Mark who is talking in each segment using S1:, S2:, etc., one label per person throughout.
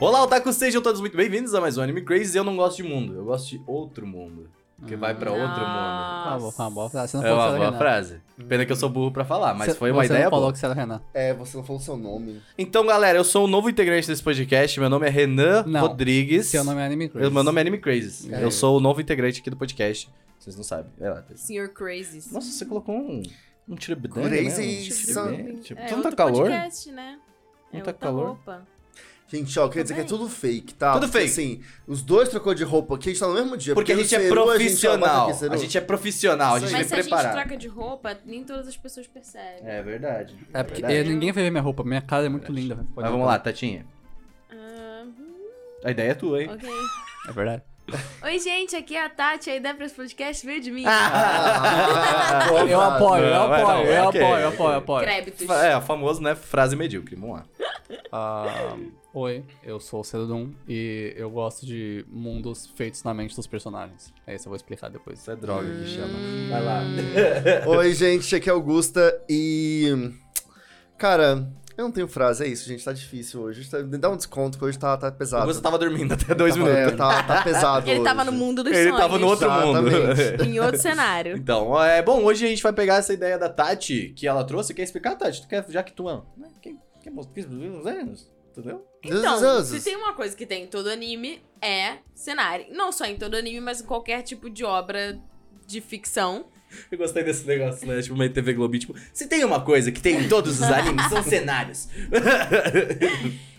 S1: Olá, Otaku, sejam todos muito bem-vindos a mais um Anime Crazy. Eu não gosto de mundo, eu gosto de outro mundo. Que vai pra outro mundo.
S2: Foi uma boa, foi uma boa frase. Você Ah. não
S1: É
S2: falou
S1: uma
S2: que era
S1: boa
S2: Renan.
S1: frase. Pena que eu sou burro pra falar, mas
S2: Você-
S1: foi uma
S2: você
S1: ideia
S2: não falou
S1: boa.
S2: que você era o Renan.
S3: É, você não falou seu nome.
S1: Então, galera, eu sou o novo integrante desse podcast. Meu nome é Renan
S2: Não.
S1: Rodrigues.
S2: Seu nome é Anime Crazy.
S1: Eu- Meu nome é Anime Crazy.
S3: É.
S1: Eu sou o novo integrante aqui do podcast. Vocês não sabem. Vai lá, Thaís.
S4: Senhor Crazy.
S1: Nossa, você colocou um, um tirabidão,
S3: Crazy
S1: né?
S3: são-
S1: Um tirabidão, tipo,
S4: É
S1: Tanto
S4: outro
S1: calor.
S4: podcast, né? É
S1: Tanta
S4: outra
S1: calor.
S4: roupa.
S3: Gente, ó, eu queria dizer que é
S4: Também.
S3: tudo fake, tá?
S1: Tudo
S3: Porque,
S1: fake.
S3: Assim, os dois trocou de roupa aqui, a gente tá no mesmo dia.
S1: Porque a
S3: no
S1: gente é
S3: Seru,
S1: profissional.
S3: A gente,
S1: A gente é profissional, a gente
S3: Isso
S1: vem
S4: Mas se a gente
S1: preparado.
S4: troca de roupa, nem todas as pessoas percebem.
S1: É verdade.
S2: É porque
S1: verdade.
S2: eh, ninguém vai ver minha roupa. Minha cara é muito linda. velho. Pode
S1: Mas vamos
S2: ver.
S1: lá, Tatinha.
S4: Ah,
S1: A ideia é tua, hein?
S4: ok.
S2: É verdade.
S4: Oi, gente, aqui é a Tati, a ideia para esse podcast veio de mim.
S1: é-
S3: Ah,
S1: Ah,
S2: Eu apoio, eu
S1: Não, vai,
S2: apoio,
S1: não,
S2: eu
S1: ok,
S2: apoio, eu
S1: ok.
S2: apoio, eu apoio.
S4: Créditos.
S1: Fa- É, o famoso, né? Frase medíocre. Vamos lá.
S2: Ah, Oi, eu sou o Cedodum e eu gosto de mundos feitos na mente dos personagens. É isso, eu vou explicar depois.
S1: Isso é droga que chama. Vai lá.
S3: Oi, gente, aqui é Augusta e. Cara, eu não tenho frase, é isso, gente, tá difícil hoje. Tá- Dá um desconto que hoje tá, tá
S1: O
S3: pesado.
S1: Augusto tava dormindo até dois
S3: tá,
S1: minutos.
S3: é, tá, tá pesado.
S4: Ele tava
S3: hoje.
S4: no mundo dos
S1: Ele
S4: sonhos.
S1: tava no outro mundo.
S3: Exatamente.
S4: Em outro cenário.
S1: Então, é bom, hoje a gente vai pegar essa ideia da Tati que ela trouxe. Quer explicar, Tati? Tu quer, já que tu é. né, Quem, quem quis uns anos? Entendeu?
S4: Então, se tem uma coisa que tem em todo anime, é cenário. Não só em todo anime, mas em qualquer tipo de obra de ficção.
S1: Eu gostei desse negócio, né? Tipo, meio TV Globinho. Tipo, se tem uma coisa que tem em todos os animes, são cenários.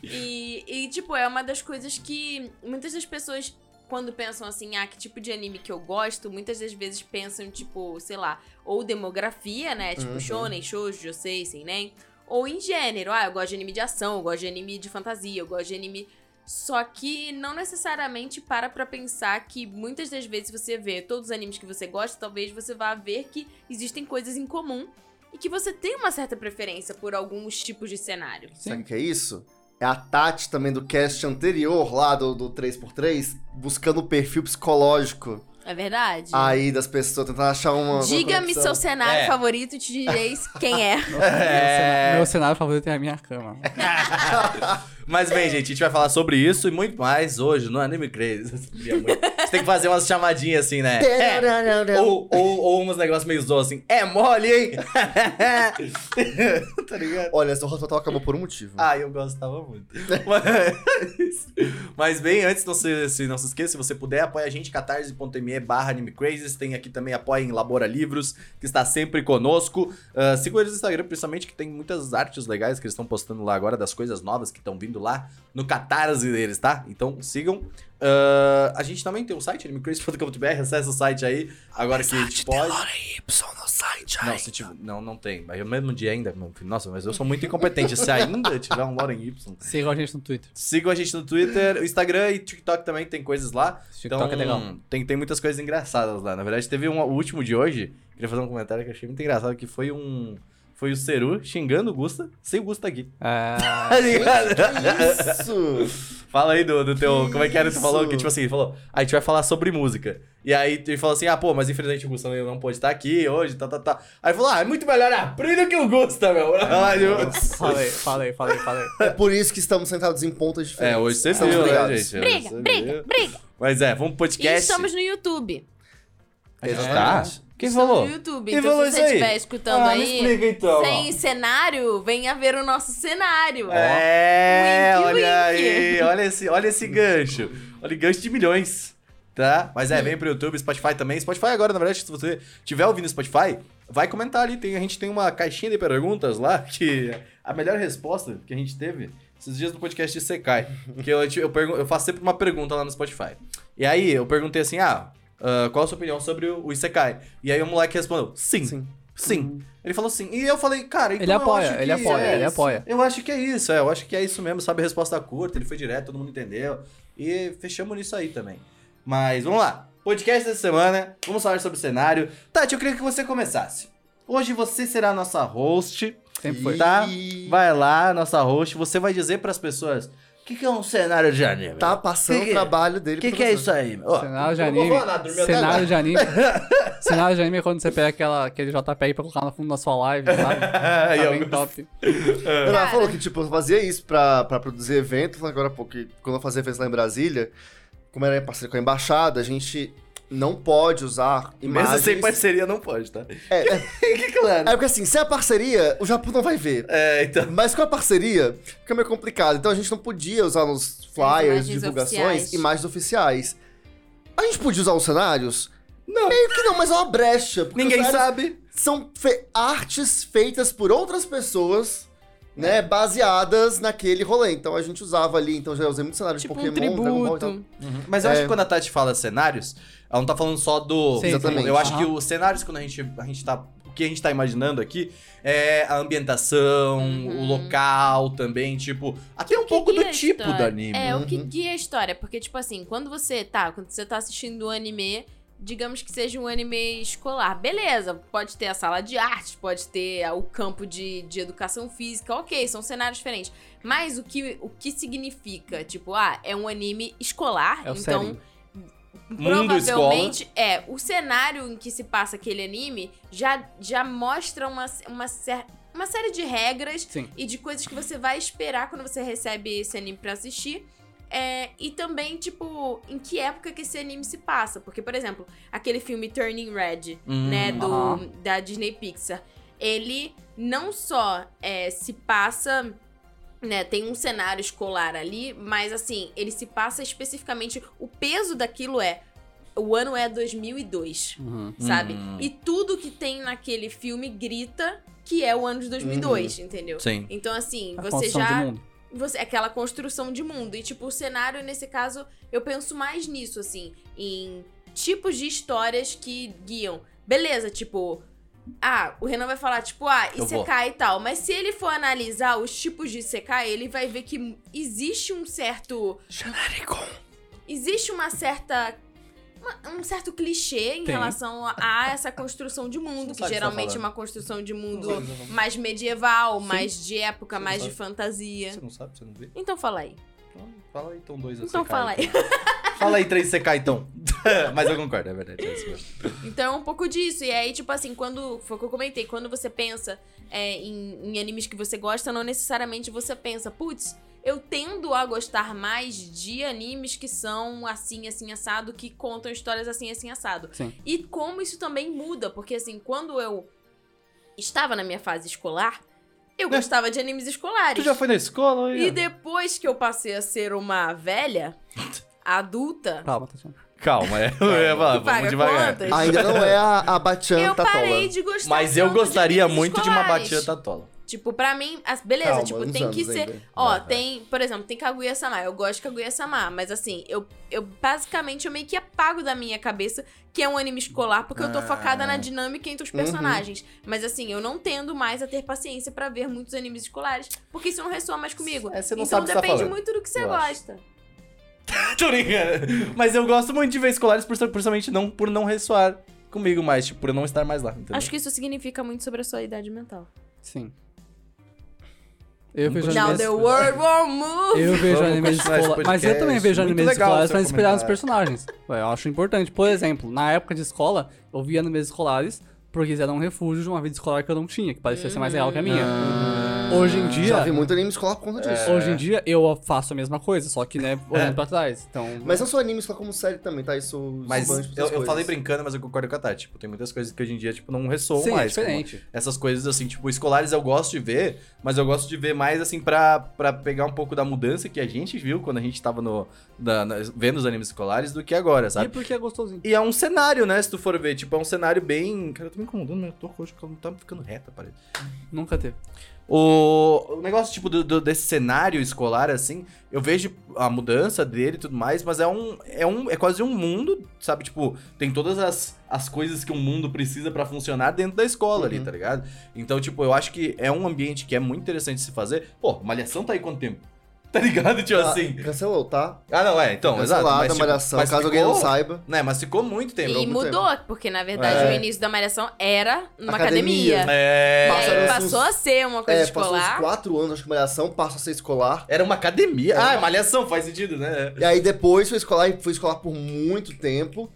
S4: E, e, tipo, é uma das coisas que muitas das pessoas, quando pensam assim, ah, que tipo de anime que eu gosto, muitas das vezes pensam, tipo, sei lá, ou demografia, né? Tipo,
S3: Uhum.
S4: shonen, shoujo, josei, seinen. Ou em gênero, ah, eu gosto de anime de ação, eu gosto de anime de fantasia, eu gosto de anime... Só que não necessariamente para pra pensar que muitas das vezes você vê todos os animes que você gosta, talvez você vá ver que existem coisas em comum e que você tem uma certa preferência por alguns tipos de cenário.
S3: Sabe o que é isso? É a Tati também do cast anterior, lá do, do 3x3, buscando o perfil psicológico
S4: É verdade?
S3: aí das pessoas, tentando achar uma. uma
S4: Diga-me
S3: conexão.
S4: seu cenário
S1: É.
S4: favorito e te direis quem é.
S1: É.
S2: Meu cenário favorito é a minha cama.
S1: Mas bem, gente, a gente vai falar sobre isso e muito mais hoje no Anime Crazy. Eu queria muito. A gente tem que fazer umas chamadinhas assim, né? É. Ou, ou, ou uns negócios meio zoos assim. É mole, hein? tá ligado?
S3: Olha, seu Hot Total acabou por um motivo.
S1: Ah, eu gostava muito. Mas, mas bem, antes, não se, se- não se esqueça, se você puder, apoia a gente, catarse.me barra animecrazes. Tem aqui também apoia em Labora Livros, que está sempre conosco. Ah, siga eles no Instagram, principalmente, que tem muitas artes legais que eles estão postando lá agora, das coisas novas que estão vindo lá no Catarse deles, tá? Então, sigam. Ah, a gente também tem um site, animecrazes.com.br, acessa o site aí, agora que a gente pode. Não, se tiver, não, não tem. Mas é o mesmo dia ainda, meu filho. Nossa, mas eu sou muito incompetente. Se ainda tiver um Lauren Y.
S2: Sigam a gente no Twitter.
S1: Sigam a gente no Twitter, o Instagram e TikTok também tem coisas lá.
S2: Esse TikTok
S1: então,
S2: é legal.
S1: Tem, tem muitas coisas engraçadas lá. Na verdade, teve um, o último de hoje, queria fazer um comentário que eu achei muito engraçado, que foi um. Foi o Seru xingando o Gusta, sem o Gusta aqui.
S2: É...
S1: Tá ligado?
S3: Isso!
S1: Fala aí do, do teu. como é que era que tu
S3: isso?
S1: falou? Que tipo assim, ele falou, "Ah, a gente vai falar sobre música. E aí ele falou assim, ah, pô, mas infelizmente o Gustavo não pode estar aqui hoje, tá, tá, tá. Aí ele falou, ah, é muito melhor a Pri do que o Gusta, meu. Aí eu-
S2: Falei, falei, falei, falei.
S3: é por isso que estamos sentados em pontas
S1: É,
S3: diferentes.
S1: hoje você
S3: Estamos
S1: viu, né,
S3: ligados.
S1: gente? Hoje
S4: Briga,
S1: você
S4: briga,
S1: viu.
S4: briga.
S1: Mas é, vamos pro
S4: E
S1: podcast.
S4: estamos no YouTube.
S1: Exatamente. Quem
S4: estamos
S1: falou?
S4: no YouTube.
S1: Quem
S4: então,
S1: falou
S4: se
S1: isso
S4: você
S1: aí?
S4: estiver escutando
S1: Ah, me
S4: aí,
S1: explica então.
S4: sem cenário, venha ver o nosso cenário.
S1: É,
S4: Wink,
S1: olha
S4: wink.
S1: aí, olha esse, olha esse gancho. Olha, gancho de milhões, tá? Mas é, vem pro YouTube, Spotify também. Spotify agora, na verdade, se você tiver ouvindo Spotify, vai comentar ali. Tem, a gente tem uma caixinha de perguntas lá que a melhor resposta que a gente teve esses dias no podcast de Sekai. Que eu, tipo, eu, pergun- eu faço sempre uma pergunta lá no Spotify. E aí eu perguntei assim: ah, ah, qual a sua opinião sobre o, o Isekai? E aí o moleque respondeu: sim. Sim.
S3: Sim.
S1: Ele falou sim. E eu falei, cara, então
S2: Ele
S1: eu
S2: apoia,
S1: acho que
S2: ele apoia,
S1: é
S2: ele
S1: isso.
S2: apoia.
S1: Eu acho que é isso, é, eu acho que é isso mesmo, sabe? Resposta curta, ele foi direto, todo mundo entendeu. E fechamos nisso aí também. Mas vamos lá. Podcast dessa semana, vamos falar sobre o cenário. Tati, eu queria que você começasse. Hoje você será a nossa host.
S2: Sempre foi.
S1: Tá?
S3: E-
S1: Vai lá, nossa host, você vai dizer pras pessoas que, que é um cenário de anime?
S3: Tá passando
S1: Que que-
S3: o trabalho dele
S1: O que,
S3: pro
S1: que é
S3: professor.
S1: isso aí? Ó,
S2: Cenário de
S1: eu não vou
S2: anime.
S1: falar nada, dormi até agora.
S2: Cenário de anime. cenário de anime é quando você pega aquela, aquele JPEG pra colocar no fundo da sua live, sabe? Tá
S1: É, Aí,
S2: bem
S1: Augusto.
S2: top.
S3: Ela
S4: Cara.
S3: falou que, tipo, eu fazia isso pra, pra produzir eventos, agora porque quando eu fazia eventos lá em Brasília, como era parceria com a embaixada, a gente não pode usar imagens.
S1: Mesmo sem parceria não pode, tá?
S3: É, é,
S1: que claro.
S3: é porque assim, sem a parceria, o Japão não vai ver.
S1: É, então.
S3: Mas com a parceria, fica meio complicado. Então a gente não podia usar nos flyers,
S4: imagens
S3: divulgações,
S4: oficiais.
S3: imagens oficiais. A gente podia usar os cenários?
S1: Não.
S3: Meio que não, mas é uma brecha. porque
S1: Ninguém
S3: os cenários
S1: sabe.
S3: São fe- artes feitas por outras pessoas, né? Baseadas naquele rolê. Então a gente usava ali, então já usei muito cenário
S4: Tipo
S3: de
S4: um
S3: Pokémon,
S1: é
S3: Dragon
S1: então
S3: Ball e tal.
S4: tributo.
S1: Mas eu acho
S3: É.
S1: que quando a Tati fala cenários, ela não tá falando só do.
S2: Sim,
S3: Exatamente.
S1: Eu acho
S2: Aham.
S1: que os cenários, quando a gente, a gente tá. O que a gente tá imaginando aqui é a ambientação,
S4: Uhum.
S1: o local também, tipo. Até um
S4: que
S1: pouco
S4: guia
S1: do
S4: a
S1: tipo do
S4: história.
S1: anime.
S4: É, o que
S3: Uhum.
S4: guia a história, porque, tipo assim, quando você tá, quando você tá assistindo um anime, digamos que seja um anime escolar, beleza, pode ter a sala de arte, pode ter ah, o campo de, de educação física, ok, são cenários diferentes. Mas o que, o que significa? Tipo, ah, é um anime escolar,
S2: É o
S4: então
S2: sério.
S1: Mundo escola.
S4: provavelmente é o cenário em que se passa aquele anime já, já mostra uma, uma, cer- uma série de regras
S2: Sim.
S4: e de coisas que você vai esperar quando você recebe esse anime pra assistir. É, e também, tipo, em que época que esse anime se passa. Porque, por exemplo, aquele filme Turning Red,
S1: Hum,
S4: né, do,
S2: aham.
S4: da Disney Pixar, ele não só é, se passa. Né, tem um cenário escolar ali, mas assim, ele se passa especificamente. O peso daquilo é. O ano é 2002
S2: Uhum.
S4: sabe?
S1: Hum.
S4: E tudo que tem naquele filme grita que é o ano de
S1: Uhum.
S4: 2002, entendeu?
S1: Sim.
S4: Então, assim,
S2: A
S4: você
S2: construção de
S4: já.
S2: mundo.
S4: Você, aquela construção de mundo. E, tipo, o cenário, nesse caso, eu penso mais nisso, assim, em tipos de histórias que guiam. Beleza, tipo. Ah, o Renan vai falar, tipo, ah,
S1: Eu vou.
S4: Isekai e tal. Mas se ele for analisar os tipos de Isekai, ele vai ver que existe um certo existe uma certa. uma- um certo clichê em
S2: Tem.
S4: relação a, a essa construção de mundo,
S1: Não
S4: que
S1: sabe o que tá
S4: geralmente é
S1: falando.
S4: uma construção de mundo
S1: Não sabe o que tá falando.
S4: mais medieval, mais de época,
S1: Você
S4: mais
S1: não
S4: de fantasia.
S1: Você não sabe, você não vê?
S4: Então fala aí.
S1: Então, fala aí, então, dois
S4: Então
S1: ACK,
S4: fala aí.
S1: então. Fala aí, três CK, então. Mas eu concordo, é verdade. É isso mesmo.
S4: Então é um pouco disso. E aí, tipo assim, quando. Foi o que eu comentei, quando você pensa é, em, em animes que você gosta, não necessariamente você pensa, putz, eu tendo a gostar mais de animes que são assim, assim, assado, que contam histórias assim, assim, assado.
S2: Sim.
S4: E como isso também muda, porque assim, quando eu estava na minha fase escolar, eu
S1: Né?
S4: gostava de animes escolares.
S1: Tu já foi na escola?
S4: É E
S1: Ian?
S4: depois que eu passei a ser uma velha, adulta,
S1: Tá
S2: Calma, Tatiana.
S1: Calma, é, eu ia falar,
S4: que paga
S1: vamos devagar.
S4: contas,
S3: Ainda não é a, a
S4: eu
S3: Batian
S4: parei
S3: Tatola.
S4: de gostar
S1: tá Mas eu
S4: tanto de
S1: gostaria
S4: animes
S1: muito de uma
S4: escolares.
S1: batida tá? tatola.
S4: Tipo, pra mim, as- beleza,
S3: Calma,
S4: tipo,
S3: uns
S4: tem que
S3: anos
S4: ser.
S3: ainda.
S4: Ó,
S1: Vai, vai.
S4: tem, por exemplo, tem Kaguya-sama. Eu gosto de Kaguya-sama, mas assim, eu, eu basicamente eu meio que apago da minha cabeça que é um anime escolar, porque eu tô
S1: Ah.
S4: focada na dinâmica entre os
S3: Uhum.
S4: personagens. Mas assim, eu não tendo mais a ter paciência pra ver muitos animes escolares, porque isso não ressoa mais comigo.
S1: É, você não
S4: então
S1: sabe o que tá
S4: depende
S1: falando,
S4: muito do que você
S1: eu acho.
S4: gosta.
S1: Tô brincando. Mas eu gosto muito de ver escolares, por- principalmente não, por não ressoar comigo mais, tipo, por eu não estar mais lá, entendeu?
S4: Acho que isso significa muito sobre a sua idade mental.
S2: Sim. Eu vejo
S4: Now
S2: animes.
S4: the world will move!
S2: é Eu vejo
S1: Vamos continuar
S2: animes
S1: esse
S2: escolares. Mas eu
S1: podcast.
S2: também vejo
S1: Muito
S2: animes
S1: legal
S2: escolares
S1: seu
S2: pra inspirar nos
S1: comentário.
S2: personagens. Ué, Eu acho importante. Por exemplo, na época de escola, eu via animes escolares porque eles eram um refúgio de uma vida escolar que eu não tinha, que parecia ser mais real que a minha.
S1: Ah.
S2: Hoje em dia.
S3: Já vi muito anime escolar por
S1: É.
S3: conta disso.
S2: Hoje em dia eu faço a mesma coisa, só que, né, olhando pra trás. Então.
S3: Mas não sou anime escolar como série também, tá? Isso
S4: é
S1: Mas
S3: isso abrange
S1: eu,
S3: muitas
S1: eu falei
S3: coisas.
S1: brincando, mas eu concordo com a Tati. Tipo, tem muitas coisas que hoje em dia, tipo, não ressoam
S2: Sim, é
S1: mais. como
S2: diferente.
S1: essas coisas assim, tipo, escolares eu gosto de ver, mas eu gosto de ver mais assim pra, pra pegar um pouco da mudança que a gente viu quando a gente tava no, na- na- vendo os animes escolares do que agora,
S2: E
S1: sabe?
S2: porque é gostosinho.
S1: E é um cenário, né? Se tu for ver, tipo, é um cenário bem. Cara, eu tô me incomodando, mas eu tô hoje, porque ela não tá ficando reta, parece.
S2: Nunca teve.
S1: O, o negócio, tipo, do, do- desse cenário escolar, assim, eu vejo a mudança dele e tudo mais, mas é um. É, um, é quase um mundo, sabe? Tipo, tem todas as, as coisas que um mundo precisa pra funcionar dentro da escola ali,
S3: Uhum.
S1: tá ligado? Então, tipo, eu acho que é um ambiente que é muito interessante de se fazer. Pô, malhação tá aí quanto tempo? Tá ligado? Tipo
S3: Ah,
S1: assim.
S3: Cancelou, tá?
S1: Ah, não, é, então, exato.
S3: Cancelada,
S1: Mas, tipo,
S3: malhação,
S1: mas
S3: caso alguém não
S1: ficou-
S3: saiba.
S1: Né, mas ficou muito tempo.
S4: E
S3: muito
S4: mudou, porque na verdade
S3: É.
S4: o início da Malhação era numa academia.
S3: Academia.
S1: É.
S4: E aí
S3: Passaram-se
S4: passou
S3: uns-
S4: a ser uma coisa
S3: É, passou uns
S4: escolar.
S3: quatro anos, acho que malhação passa a ser escolar.
S1: Era uma academia. Ah, é malhação, faz sentido, né?
S3: E aí depois foi escolar e foi escolar por muito tempo.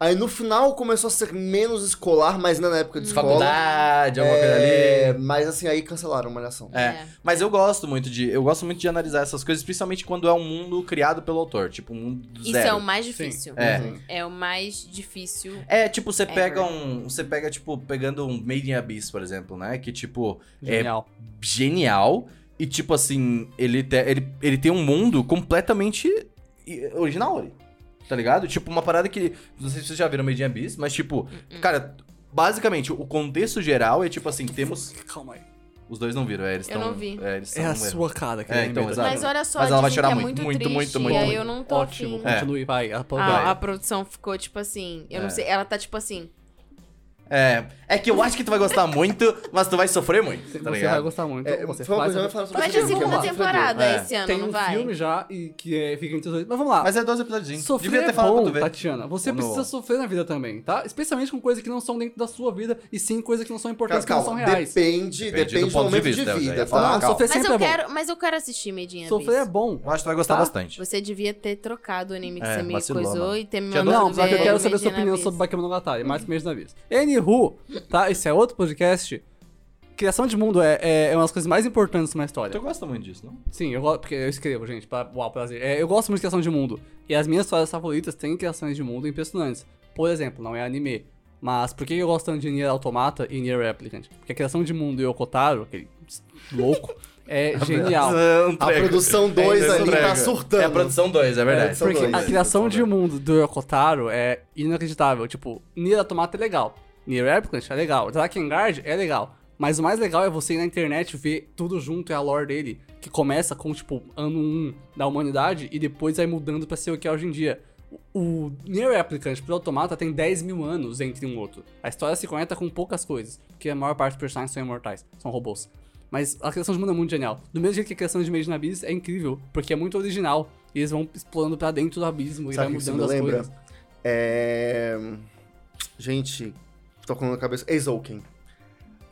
S3: Aí no final começou a ser menos escolar, mas ainda na época
S1: Hum.
S3: de escola.
S1: Faculdade, alguma coisa ali.
S3: É, mas assim, aí cancelaram Malhação.
S1: É. Mas eu gosto muito de. Eu gosto muito de analisar essas coisas, principalmente quando é um mundo criado pelo autor. Tipo, um mundo do
S4: Isso
S1: zero.
S4: é o mais difícil.
S1: É.
S3: Uhum.
S4: É o mais difícil.
S1: É, tipo, você
S4: Ever.
S1: pega um. Você pega, tipo, pegando um Made in Abyss, por exemplo, né? Que, tipo,
S2: Genial.
S1: genial. E, tipo, assim, ele, te- ele, ele tem um mundo completamente i- original ali. Tá ligado? Tipo, uma parada que. Não sei se vocês já viram Made in Abyss, mas, tipo,
S4: Hum,
S1: cara, basicamente, o contexto geral é, tipo, assim, temos.
S2: Calma aí.
S1: Os dois não viram, é, eles
S4: Eu
S1: tão-
S4: não vi.
S1: É, eles
S2: É
S1: são-
S2: a sua cara, que
S1: É, então, exato.
S4: Mas olha só,
S1: Mas ela vai
S4: dizem
S1: chorar
S4: que é
S1: muito,
S4: muito,
S1: muito, muito,
S4: triste,
S1: muito,
S4: E aí
S1: muito.
S4: eu não tô
S2: Ótimo,
S4: afim. Ah,
S1: É.
S2: continue, vai. aproveita.
S4: A, a produção ficou tipo assim, eu
S1: É.
S4: não sei, ela tá tipo assim,
S1: É. É que eu acho que tu vai gostar muito, mas tu vai sofrer muito. Tá
S2: você vai
S1: ligado?
S2: gostar muito.
S3: É,
S2: você
S3: foi uma
S2: faz-
S3: coisa, eu ia falar sobre
S4: mas
S3: esse
S4: a
S2: vamos
S3: filme,
S4: segunda
S3: que é
S2: lá.
S3: muito
S4: temporada
S1: É.
S4: esse ano,
S2: Tem
S4: não
S2: um
S4: vai?
S2: filme já e que é, fica entre os dois. Mas vamos lá.
S1: Mas é 12 episódios.
S2: Sofrer
S1: Devia
S2: é
S1: ter falado
S2: bom,
S1: quando ver.
S2: Tatiana. Você
S1: Quando-
S2: precisa sofrer na vida também, tá? Especialmente com coisas que não são dentro da sua vida e sim coisas que não são
S3: Cara,
S2: importantes, que não
S3: calma,
S2: são reais.
S3: depende,
S1: Depende do
S3: depende
S1: ponto
S3: do,
S1: de
S3: momento de
S1: vista, eu
S3: vida,
S1: já ia falar.
S3: tá?
S2: Ah,
S1: calma.
S2: sofrer
S4: Mas
S2: sempre é
S4: eu
S2: bom.
S4: quero, mas eu quero assistir Medinha
S2: Sofrer é bom.
S1: Eu acho que tu vai gostar
S2: Tá?
S1: bastante.
S4: Você devia ter trocado o anime que
S1: É,
S4: você me
S1: vacilou,
S4: coisou
S1: mano.
S4: e ter me
S1: Tinha
S4: mandado
S2: Não, mas é que eu
S4: ver
S2: quero saber a sua
S4: Medinha na
S2: opinião
S4: Bis.
S2: sobre Bakemonogatari, mais que mês na vida. Anywho, tá? Esse é outro podcast. Criação de mundo é, é, é uma das coisas mais importantes numa história.
S1: Tu gosta muito disso, não?
S2: Sim, eu gosto, porque eu escrevo, gente, pra, uau, prazer. É, eu gosto muito de criação de mundo. E as minhas histórias favoritas têm criações de mundo impressionantes. Por exemplo, não é anime. Mas por que eu gosto tanto de Nier Automata e Nier Replicant? Porque a criação de mundo e o Kotaro, aquele louco, é genial.
S3: A produção 2 ali tá surtando.
S1: É a produção 2, é verdade.
S3: são
S2: Porque
S3: dois,
S2: a
S3: né?
S2: criação
S1: São
S2: de mundo do Yokotaro é inacreditável. Tipo, Nier Automata é legal. Nier Replicant é legal. Drakengard é legal. Mas o mais legal é você ir na internet ver tudo junto, é a lore dele. Que começa com, tipo, ano 1 da humanidade e depois vai mudando pra ser o que é hoje em dia. O Nier Replicant pro Automata tem 10 mil anos entre um outro. A história se conecta com poucas coisas, porque a maior parte dos personagens são imortais, são robôs. Mas a criação de mundo é muito genial. Do mesmo jeito que a criação de Made in Abyss é incrível, porque é muito original. E eles vão explorando pra dentro do abismo e
S3: Sabe o
S2: vai
S3: que isso
S2: mudando
S3: me
S2: as
S3: lembra?
S2: coisas.
S3: É... Gente, tô com a cabeça. Exoken.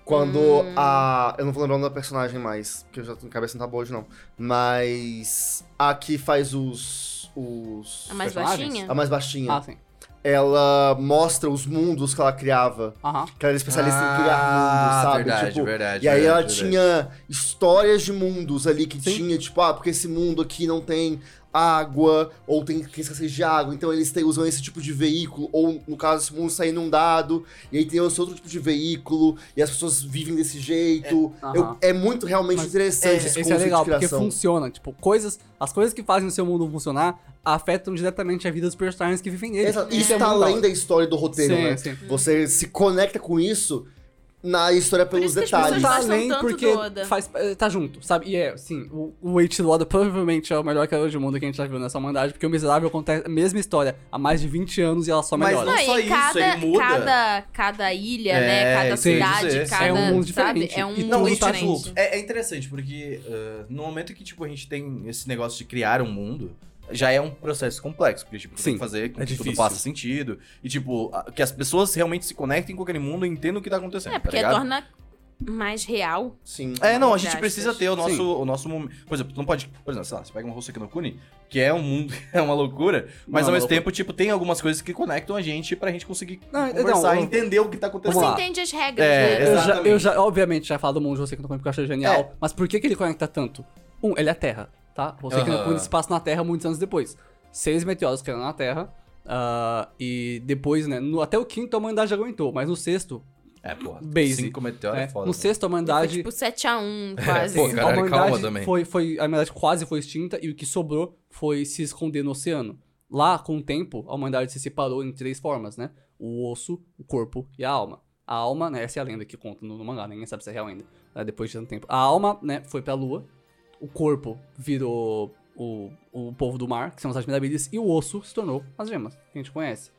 S3: Quando a. Eu não vou lembrar o nome da personagem mais, porque eu já tô- a cabeça não tá boa hoje, não. Mas. A que faz os. Os.
S4: A mais
S2: personagens?
S4: Ah, baixinha?
S3: A mais baixinha.
S2: Ah, sim.
S3: Ela mostra os mundos que ela criava.
S2: Aham.
S3: Que ela era é especialista
S1: Ah,
S3: em criar mundos, sabe?
S1: verdade,
S3: tipo,
S1: É verdade.
S3: e aí ela
S1: verdade, verdade.
S3: tinha histórias de mundos ali que
S2: Sim.
S3: tinha, tipo, ah, porque esse mundo aqui não tem água, ou tem, tem escassez de água, então eles têm- usam esse tipo de veículo, ou no caso, esse mundo está inundado, e aí tem esse outro tipo de veículo, e as pessoas vivem desse jeito.
S2: É,
S3: Eu-
S2: aham.
S3: é muito realmente
S2: Mas
S3: interessante esse,
S2: Esse é
S3: conceito
S2: legal,
S3: de
S2: porque
S3: criação.
S2: funciona. Tipo, coisas. As coisas que fazem o seu mundo funcionar afetam diretamente a vida dos personagens que vivem nele.
S3: Exato. Isso
S2: é
S3: tá
S2: muito
S3: além
S2: legal.
S3: da história do roteiro,
S2: Sim,
S3: né?
S2: sim.
S3: Você se conecta com isso na história
S4: Por
S3: pelos
S4: isso que as pessoas
S3: detalhes.
S2: Tá
S4: gostam
S2: além
S4: tanto
S2: porque
S4: do Oda.
S2: faz, eh, tá junto, sabe? E é, assim, o, o Eiichiro Oda provavelmente é o melhor criador de mundo que a gente já viu nessa humanidade, porque o Miserável conta a mesma história há mais de 20 anos e ela só
S1: Mas
S2: melhora.
S1: não
S4: Não,
S1: só
S4: e
S1: isso,
S4: cada,
S1: ele muda.
S4: Cada, cada ilha,
S1: É,
S4: né? Cada
S1: sim,
S4: cidade,
S1: isso é-
S4: cada.
S2: é um mundo
S4: sabe?
S2: diferente.
S4: É um
S2: E
S4: mundo
S1: Não,
S2: tudo
S1: isso
S2: tá
S4: diferente.
S2: junto.
S1: é, é interessante, porque ah, no momento que tipo, a gente tem esse negócio de criar um mundo, já é um processo complexo, porque tipo, tu tem
S2: Sim,
S1: que fazer com
S2: é
S1: que tudo
S2: difícil.
S1: faça sentido, e tipo, a- que as pessoas realmente se conectem com aquele mundo e entendam o que tá acontecendo,
S4: É,
S1: tá
S4: porque
S1: ligado?
S4: torna mais real.
S3: Sim.
S1: É, não, a
S4: Entre
S1: gente
S4: aspas.
S1: precisa ter o
S2: Sim.
S1: nosso, o nosso momento. Por exemplo, tu não pode. Por exemplo, sei lá, você pega um Hoseki no Kuni, que é um mundo, é uma loucura, mas
S2: Não,
S1: ao mesmo
S2: loucura.
S1: tempo, tipo, tem algumas coisas que conectam a gente pra gente conseguir
S2: Não, então,
S1: conversar
S2: não,
S1: e
S2: eu-
S1: entender o que tá
S2: Vamos
S1: acontecendo.
S4: Você
S2: lá.
S4: entende as regras,
S1: É,
S4: né?
S2: Eu já,
S1: Exatamente.
S2: eu já, obviamente, já falo do mundo de Hoseki no Kuni porque eu achei genial,
S1: É.
S2: mas por que, que ele conecta tanto? Um, ele é a Terra, tá? Hoseki
S1: Aham.
S2: no Kuni se passa na Terra muitos anos depois. Seis meteoros caíram na Terra, ah, e depois, né, no- até o quinto a humanidade aguentou, mas no sexto,
S1: É, porra.
S2: Base.
S1: Cinco meteoros é
S2: né,
S1: foda.
S2: no sexto a
S4: Foi
S2: humanidade...
S4: tipo 7x1, quase.
S1: Pô, cara.
S2: a
S1: caralho,
S2: humanidade
S1: calma também.
S2: Foi, foi, a humanidade quase foi extinta e o que sobrou foi se esconder no oceano. Lá, com o tempo, a humanidade se separou em três formas, né? O osso, o corpo e a alma. A alma, né? Essa é a lenda que conta no, no mangá, ninguém sabe se é real ainda. né, Depois de tanto tempo. A alma, né, foi pra lua. O corpo virou o, o povo do mar, que são os admiráveis, e o osso se tornou as gemas, que a gente conhece.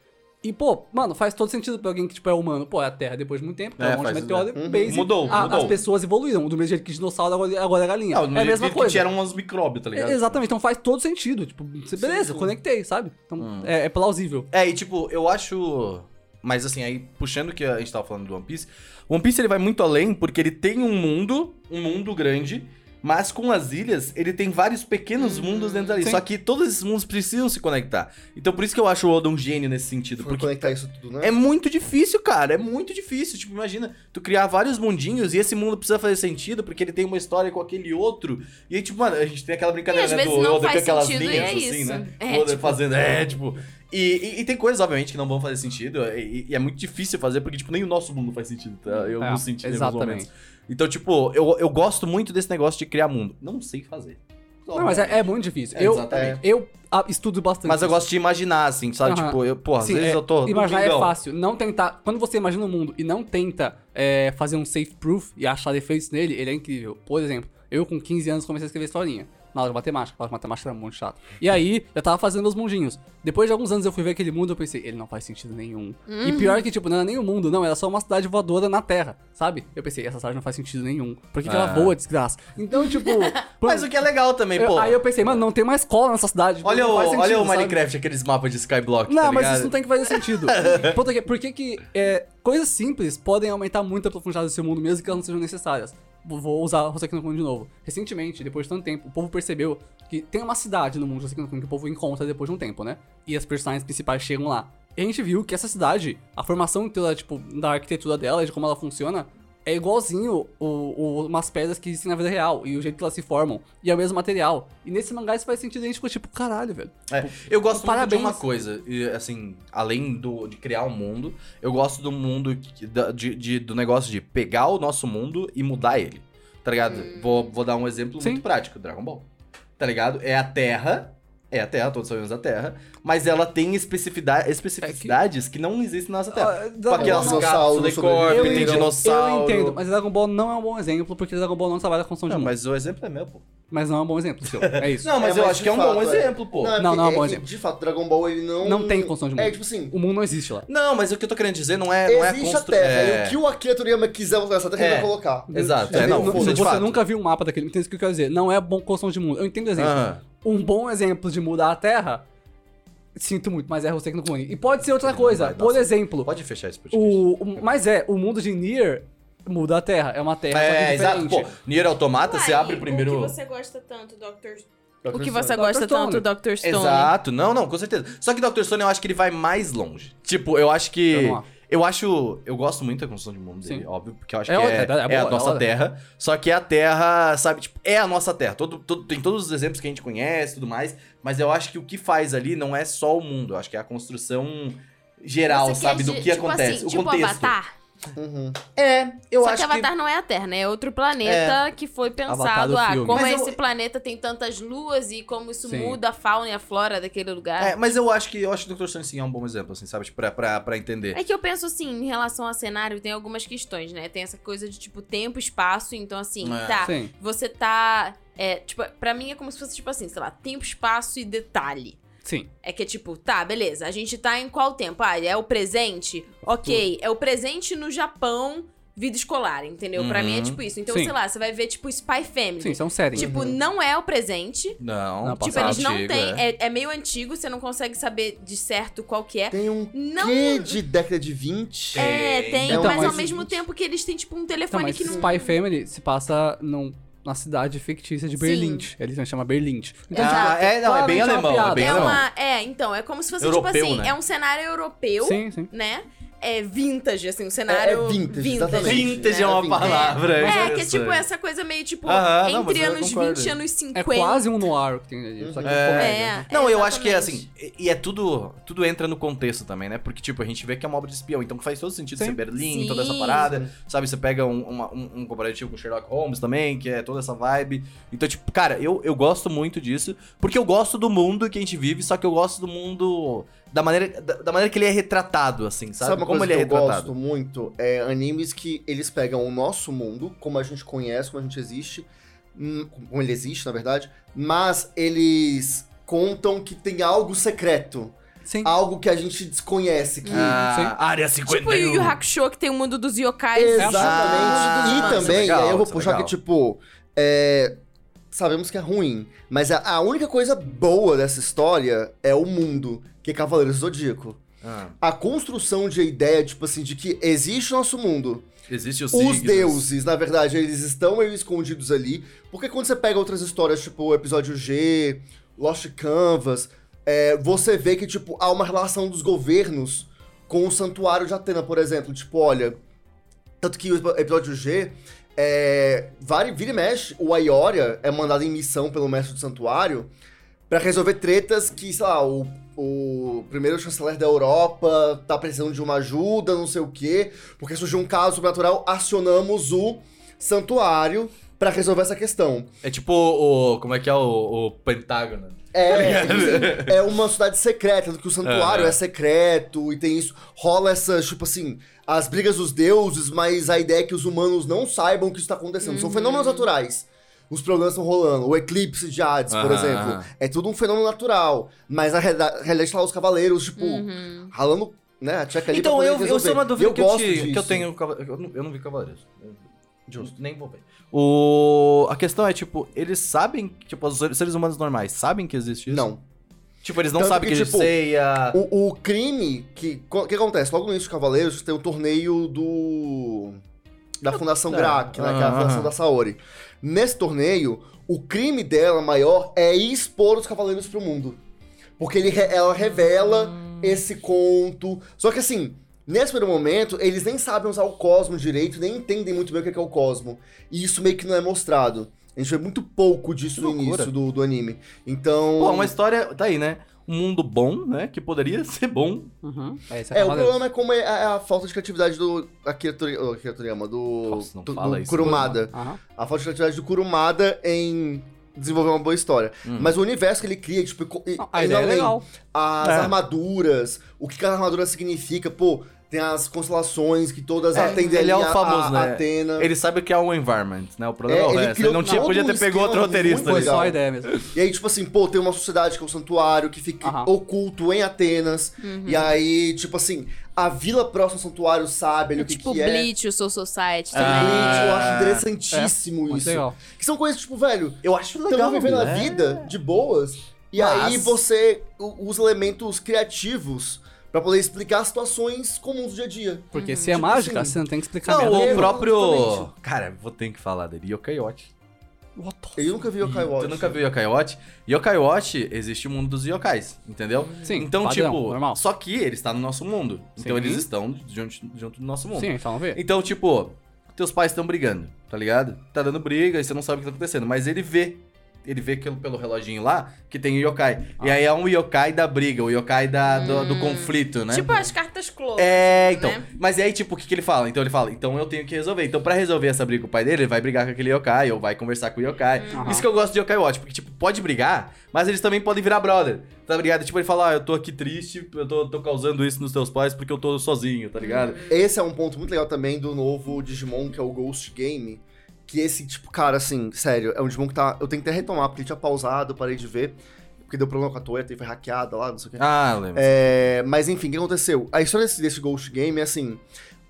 S2: E, pô, mano, faz todo sentido pra alguém que, tipo, é humano. Pô, é a Terra depois de muito tempo, tem
S1: É,
S2: um monte de
S1: faz-
S2: meteoro,
S3: Uhum.
S2: basic.
S1: Mudou,
S2: a-
S1: mudou.
S2: Ah, As pessoas evoluíram. Do mesmo jeito que dinossauro, agora, agora é galinha.
S1: Não,
S2: é a mesma coisa.
S1: Tiveram uns micróbios, tá ligado?
S2: É, Exatamente, então faz todo sentido. Tipo, você- beleza,
S1: sim.
S2: conectei, sabe? Então
S1: Hum.
S2: é, é plausível.
S1: É, e tipo, eu acho. Mas assim, aí puxando o que a gente tava falando do One Piece, o One Piece ele vai muito além porque ele tem um mundo, um mundo grande, mas com as ilhas ele tem vários pequenos mundos dentro dali.
S2: Hum, Sim.
S1: Só que todos esses mundos precisam se conectar. Então por isso que eu acho o Oda um gênio nesse sentido,
S3: Por
S1: porque
S3: conectar isso tudo, né?
S1: é muito difícil, cara. É muito difícil. Tipo, imagina, tu criar vários mundinhos e esse mundo precisa fazer sentido porque ele tem uma história com aquele outro. E aí, tipo, mano, a gente tem aquela
S4: E
S1: brincadeira
S4: às
S1: né, do
S4: vezes não
S1: Oda com
S4: faz
S1: aquelas
S4: sentido e
S1: linhas
S4: é
S1: assim,
S4: isso.
S1: né?
S4: É,
S1: o Oda
S4: tipo-
S1: fazendo, é, tipo. E, e- e tem coisas, obviamente, que não vão fazer sentido. E, e é muito difícil fazer porque, tipo, nem o nosso mundo faz sentido, tá? Eu
S2: É,
S1: não senti em alguns momentos.
S2: Exatamente.
S1: Então, tipo, eu, eu gosto muito desse negócio de criar mundo. Não sei fazer.
S2: Não, mas é, é muito difícil.
S1: É,
S2: eu
S1: exatamente.
S2: eu ah, estudo bastante.
S1: Mas eu
S2: isso.
S1: gosto de imaginar, assim, sabe?
S2: Aham.
S1: Tipo, eu, porra, às
S2: Sim,
S1: vezes
S2: é,
S1: eu tô.
S2: Imaginar é
S1: Domingão.
S2: fácil. Não tentar. Quando você imagina o mundo e não tenta é, fazer um safe proof e achar defeitos nele, ele é incrível. Por exemplo, eu com 15 anos comecei a escrever historinha. Na aula de matemática, a aula de matemática era muito chata. E aí, eu tava fazendo os mundinhos. Depois de alguns anos eu fui ver aquele mundo, eu pensei, ele não faz sentido nenhum. E pior que, tipo, não era nem o mundo, não, era só uma cidade voadora na Terra, sabe? Eu pensei, essa cidade não faz sentido nenhum. Por que, que ela
S1: Ah.
S2: voa, desgraça? Então, tipo. por-
S1: Mas o que é legal também,
S2: eu-
S1: pô.
S2: aí eu pensei, mano, não tem mais escola nessa cidade.
S1: Olha,
S2: Tipo, não
S1: o,
S2: faz
S1: olha
S2: sentido,
S1: o
S2: sabe?
S1: Minecraft, aqueles mapas de Skyblock.
S2: Não,
S1: tá
S2: mas
S1: ligado?
S2: isso não tem que fazer sentido. Ponto aqui, por que que é, coisas simples podem aumentar muito a profundidade do seu mundo, mesmo que elas não sejam necessárias? Vou- Vou usar Hoseki no Kun de novo. Recentemente, depois de tanto tempo, o povo percebeu que tem uma cidade no mundo de Hoseki no Kun que o povo encontra depois de um tempo, né? E as personagens principais chegam lá. E a gente viu que essa cidade, a formação toda, tipo, da arquitetura dela, de como ela funciona, é igualzinho o, o- umas pedras que existem na vida real e o jeito que elas se formam. E é o mesmo material. E nesse mangá isso faz sentido e a gente ficou tipo, caralho, velho.
S1: É, eu gosto muito de
S2: Parabéns.
S1: uma coisa, e, assim, além do, de criar um mundo, eu gosto do mundo, que- da- de, de- do negócio de pegar o nosso mundo e mudar ele, tá ligado? Vou, vou dar um exemplo
S2: Hum. Sim.
S1: muito prático, Dragon Ball, tá ligado? É a Terra, é a Terra, todos sabemos a Terra, mas ela tem especificidade, especificidades que... não existem na nossa Terra.
S2: Ah,
S1: Com aquelas
S3: Ball-
S1: gatos,
S3: Dinossauro
S1: Lecorp, tem
S3: sobreviveram.
S1: dinossauro...
S2: Eu entendo, mas Dragon Ball não é um bom exemplo, porque Dragon Ball não trabalha com construção
S1: Não,
S2: de mundo.
S1: mas o exemplo é meu, pô.
S2: Mas... não é um bom exemplo, seu. É isso.
S1: Não, mas
S3: É,
S1: eu
S3: mas
S1: acho
S3: de
S1: que é um bom
S3: fato, é.
S1: exemplo, pô.
S3: é
S2: Não,
S3: porque-
S2: não é um bom
S3: que,
S2: exemplo.
S3: De fato, Dragon Ball ele não.
S2: Não tem construção de mundo.
S3: É tipo assim.
S2: O mundo não existe lá.
S1: Não, mas o que eu tô querendo dizer não é, não é
S3: Existe a
S1: constru...
S3: Terra.
S1: é...
S3: E o que o Akira Toriyama quiser colocar nessa Terra, ele
S1: É.
S3: vai colocar.
S1: Exato,
S3: É,
S1: é, não,
S3: não,
S1: isso é
S2: você
S1: de fato.
S2: nunca viu um mapa daquele. Entende o que eu quero dizer? Não é bom construção de mundo. Eu entendo o exemplo.
S1: Aham.
S2: Um bom exemplo de mudar a Terra. Sinto muito, mas é você que não comunica. E pode ser outra
S1: Não
S2: coisa.
S1: vai dar
S2: Por
S1: certo.
S2: exemplo,
S1: Pode fechar esse podcast.
S2: o, o- Mas é, o mundo de Nier muda a Terra. É uma Terra só que
S1: É, exato.
S2: diferente.
S1: Pô, Nier Automata, você
S4: Uai,
S1: abre primeiro.
S4: O que você gosta tanto, Dr.
S3: Dr.
S4: O que
S3: Stone.
S4: você
S2: Dr.
S4: gosta
S2: Stone.
S4: tanto, Dr. Stone?
S1: Exato, não, não, com certeza. Só que Dr. Stone eu acho que ele vai mais longe. Tipo, eu acho que.
S2: Eu
S1: Eu,
S2: não acho.
S1: acho. Eu gosto muito da construção de mundo dele,
S2: Sim.
S1: óbvio, porque eu acho
S2: É
S1: que
S2: outra,
S1: é,
S2: é boa,
S1: é a
S2: é
S1: nossa
S2: outra.
S1: terra. Só que é a terra, sabe? Tipo, é a nossa terra. Todo, todo- tem todos os exemplos que a gente conhece e tudo mais. Mas eu acho que o que faz ali não é só o mundo. Eu acho que é a construção geral,
S4: Você quer
S1: sabe? Do
S4: de-
S1: que
S4: tipo
S1: acontece.
S4: assim,
S1: o
S4: tipo
S1: contexto.
S4: Avatar.
S3: Uhum.
S1: É, eu
S4: Só
S1: acho
S4: que Avatar não é a Terra, né? É outro planeta que foi
S2: Avatar do
S4: pensado. Ah,
S2: filme.
S4: como
S1: Mas eu-
S4: esse planeta tem tantas luas e como isso
S2: Sim.
S4: muda a fauna e a flora daquele lugar.
S1: É, mas eu acho que eu acho que Dr. Stone sim é um bom exemplo, assim, sabe? Tipo, pra, pra, pra entender.
S4: É que eu penso assim, em relação a cenário, tem algumas questões, né? Tem essa coisa de tipo tempo, espaço, então assim,
S1: É.
S4: tá.
S2: Sim.
S4: Você tá. É, tipo, pra mim é como se fosse, tipo assim, sei lá, tempo, espaço e detalhe.
S2: Sim.
S4: É que é tipo, tá, beleza, a gente tá em qual tempo? Ah, é o presente? Ok, é o presente no Japão, vida escolar, entendeu? Pra
S1: Uhum.
S4: mim é tipo isso. Então,
S2: Sim.
S4: sei lá, você vai ver, tipo, Spy Family.
S2: Sim, isso é um série.
S4: Tipo,
S3: Uhum.
S4: não é o presente.
S1: Não,
S2: Não,
S4: Tipo,
S2: Passado
S4: eles não
S1: antigo,
S4: têm.
S1: é.
S4: É. é meio antigo, você não consegue saber de certo qual que é.
S3: Tem um
S4: Não
S3: quê de década de 20?
S4: É,
S1: Tem.
S4: tem,
S3: Então,
S4: mas, ao
S2: mas-
S4: mesmo tempo que eles têm, tipo, um
S2: Não,
S4: telefone
S2: mas
S4: que não.
S2: Spy Family se passa num, na cidade fictícia de
S4: Sim.
S2: Berlim. Eles chamam Berlim. Então,
S1: Ah, é, não, é bem
S2: claramente uma
S1: alemão, é
S2: piada.
S1: bem
S4: é
S1: alemão.
S4: uma. É, então, é como se fosse,
S1: Europeu,
S4: tipo assim,
S1: né?
S4: é um cenário europeu,
S2: Sim, sim.
S4: né? É vintage, assim, um cenário.
S3: É- é vintage, exatamente.
S1: Vintage é
S3: É,
S1: uma
S3: vintage.
S1: palavra.
S4: É, que é tipo
S1: interessante.
S4: essa coisa meio, tipo,
S1: Aham, não,
S4: entre
S1: mas eu
S4: anos
S1: concordo.
S4: 20 e anos
S2: É
S4: 50.
S2: quase um noir que tem ali. Só que
S1: É.
S2: comédia.
S1: Não,
S4: é,
S1: eu acho que é assim,
S4: exatamente.
S1: e e é tudo, tudo entra no contexto também, né? Porque, tipo, a gente vê que é uma obra de espião, então faz todo sentido
S2: Sim.
S1: ser Berlim,
S4: Sim.
S1: toda essa parada, sabe? Você pega um, uma- um, um comparativo com Sherlock Holmes também, que é toda essa vibe. Então, tipo, cara, eu, eu gosto muito disso, porque eu gosto do mundo que a gente vive, só que eu gosto do mundo da maneira, da, da maneira que ele é retratado, assim, sabe?
S3: Sabe uma
S1: Como
S3: coisa
S1: ele é
S3: que eu
S1: retratado.
S3: gosto muito? É animes que eles pegam o nosso mundo, como a gente conhece, como a gente existe, hum, como ele existe, na verdade, mas eles contam que tem algo secreto.
S2: Sim.
S3: algo que a gente desconhece. Que...
S1: Ah, área
S4: Tipo
S1: 51.
S4: o Yu Yu Hakusho, que tem o mundo dos yokais. né?
S1: Ah,
S2: Exatamente.
S3: Exatamente. E
S1: isso é
S3: também,
S1: legal,
S3: aí eu vou
S1: isso é
S3: puxar
S1: legal.
S3: que, tipo, é, sabemos que é ruim, mas a, a única coisa boa dessa história é o mundo, que é Cavaleiros do Zodíaco.
S1: Ah,
S3: A construção de ideia, tipo assim, de que existe o nosso mundo.
S1: existe os,
S3: Os
S1: signos.
S3: deuses, na verdade, eles estão meio escondidos ali. Porque quando você pega outras histórias, tipo o episódio G, Lost Canvas, é, você vê que, tipo, há uma relação dos governos com o santuário de Atena, por exemplo. Tipo, olha. Tanto que o episódio G. É, vale, vira e mexe, o Aioria é mandado em missão pelo mestre do santuário pra resolver tretas que, sei lá, o, o primeiro chanceler da Europa tá precisando de uma ajuda, não sei o quê. Porque surgiu um caso sobrenatural, acionamos o santuário pra resolver essa questão.
S1: É tipo o. Como é que é o, o Pentágono?
S3: É, é uma cidade secreta, tanto que o santuário
S1: Tá Aham.
S3: é secreto e tem isso. Rola essas, tipo assim, as brigas dos deuses, mas a ideia é que os humanos não saibam que isso tá acontecendo.
S1: Uhum.
S3: São fenômenos naturais. Os problemas estão rolando. O eclipse de Hades, por
S1: Aham.
S3: exemplo. É tudo um fenômeno natural. Mas a realida- realidade tá lá os cavaleiros, tipo,
S4: Uhum.
S3: ralando, né, a tcheca ali
S1: Então,
S3: pra
S1: eu,
S3: poder
S1: eu sei uma
S3: resolver.
S1: dúvida que, eu
S3: gosto
S1: te- que eu
S3: disso.
S1: tenho. com Cavale- Eu não, eu não vi Cavaleiros. Eu- Justo, nem vou ver. O, a questão é, tipo, eles sabem. Tipo, os seres humanos normais sabem que existe isso?
S3: Não.
S1: Tipo, eles não
S3: Tanto
S1: sabem que,
S3: que,
S1: existe
S3: tipo,
S1: ceia.
S3: O, o crime que. O que acontece? Logo no início do Cavaleiros tem o torneio do. Da Fundação
S1: tá.
S3: Grac, né, que é a
S1: Aham.
S3: Fundação da Saori. Nesse torneio, o crime dela maior é expor os Cavaleiros pro mundo. Porque ele, re- ela revela
S1: Hum.
S3: esse conto. Só que assim, nesse primeiro momento, eles nem sabem usar o cosmo direito, nem entendem muito bem o que é que é o cosmo. E isso meio que não é mostrado. A gente vê muito pouco disso
S1: Que
S3: no
S1: loucura.
S3: início do, do anime. Então.
S1: Pô, uma história. Tá aí, né? Um mundo bom, né? Que poderia ser bom.
S2: Uhum. É,
S1: Tá
S2: isso
S3: É, o
S2: Cavaleiros.
S3: problema é como é é a, falta de criatividade do Akira Tori- oh, Akira Toriyama, do,
S1: Nossa, não
S3: do,
S1: fala
S3: do
S1: isso,
S3: Kurumada.
S2: Aham.
S3: A falta de criatividade do Kurumada em desenvolver uma boa história.
S1: Hum.
S3: Mas o universo que ele cria, tipo, co- e-
S2: Não, A
S3: e
S2: ideia é
S3: além,
S2: legal.
S3: as
S1: É.
S3: armaduras, o que cada armadura significa, pô, tem as constelações que todas
S1: É,
S3: atendem
S1: ele é
S3: ali
S1: o
S3: a-
S1: famoso,
S3: a,
S1: né?
S3: Atena.
S1: Ele sabe o que é um environment, né? O problema
S3: É,
S1: é, o
S3: ele
S1: resto. Ele
S3: criou
S1: não tinha,
S3: todo
S1: podia
S3: um
S1: ter pegado outro
S3: esquema
S1: roteirista
S3: muito
S1: ali.
S2: Foi só
S3: legal.
S2: a ideia mesmo.
S3: E aí, tipo assim, pô, tem uma sociedade que é o santuário, que fica
S2: Aham. Uhum.
S3: oculto em Atenas. E aí, tipo assim, a vila próxima ao santuário sabe ali o que,
S4: Tipo
S3: que é.
S4: Bleach, o Soul Society
S1: Ah.
S4: também.
S3: Gente, eu acho interessantíssimo
S2: Muito
S3: isso.
S2: É, legal.
S3: Que são coisas, tipo, velho,
S1: Eu acho
S3: estamos vivendo a
S1: né?
S3: vida de boas, e
S1: Mas-
S3: aí você u- usa elementos criativos pra poder explicar situações comuns do dia a dia.
S2: Porque se é
S3: Tipo
S2: mágica,
S3: assim,
S2: você não tem que explicar
S1: Não,
S2: nada.
S1: o
S3: eu-
S1: próprio.
S3: exatamente.
S1: Cara, vou ter que falar dele. Yokai Watch.
S3: Eu nunca vi Yokai Watch.
S1: Tu nunca viu Yokai Watch? Yokai Watch existe o mundo dos yokais, entendeu?
S2: Sim,
S1: então,
S2: padrão,
S1: tipo,
S2: normal.
S1: só que ele está no nosso mundo. Então
S2: Sim.
S1: eles estão junto, junto do nosso mundo.
S2: Sim, então vamos ver.
S1: Então, tipo, teus pais estão brigando, tá ligado? Tá dando briga e você não sabe o que tá acontecendo, mas ele vê. Ele vê pelo, pelo reloginho lá que tem o yokai.
S2: Ah.
S1: E aí é um yokai da briga, o yokai da, do, do conflito, né?
S4: Tipo as cartas close.
S1: É, então.
S4: né?
S1: Mas aí, tipo, o que, que ele fala? Então ele fala, então eu tenho que resolver. Então, pra resolver essa briga com o pai dele, ele vai brigar com aquele yokai, ou vai conversar com o yokai.
S2: Aham.
S1: Isso que eu gosto de yokai watch, porque, tipo, pode brigar, mas eles também podem virar brother, tá ligado? Tipo, ele fala, ah, eu tô aqui triste, eu tô, tô causando isso nos teus pais porque eu tô sozinho, tá ligado?
S3: Esse é um ponto muito legal também do novo Digimon, que é o Ghost Game. Que esse, tipo, cara, assim, sério, é um Digimon que tá. Eu tenho que até retomar, porque ele tinha pausado, parei de ver. Porque deu problema com a Toeta e foi hackeada lá, não sei o que.
S1: Ah, lembro.
S3: É, mas enfim, o que aconteceu? A história desse, desse Ghost Game é assim.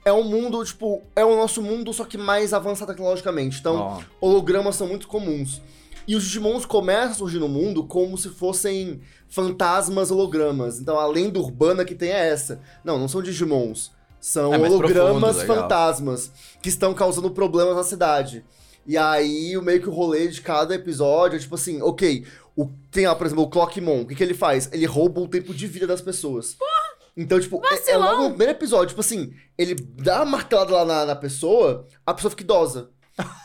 S3: É um mundo, tipo, é o nosso mundo, só que mais avançado tecnologicamente. Então,
S1: Ó.
S3: hologramas são muito comuns. E os Digimons começam a surgir no mundo como se fossem fantasmas hologramas. Então, a lenda urbana que tem é essa. Não, não são Digimons. São
S1: É mais
S3: hologramas
S1: profundo, legal.
S3: fantasmas que estão causando problemas na cidade. E aí, o meio que o rolê de cada episódio é tipo assim, ok, o, tem lá, por exemplo, o Clockmon. O que, que ele faz? Ele rouba o tempo de vida das pessoas. Então, tipo, é, é
S4: Vacilão!
S3: logo no primeiro episódio, tipo assim, ele dá uma martelada lá na, na pessoa, a pessoa fica idosa.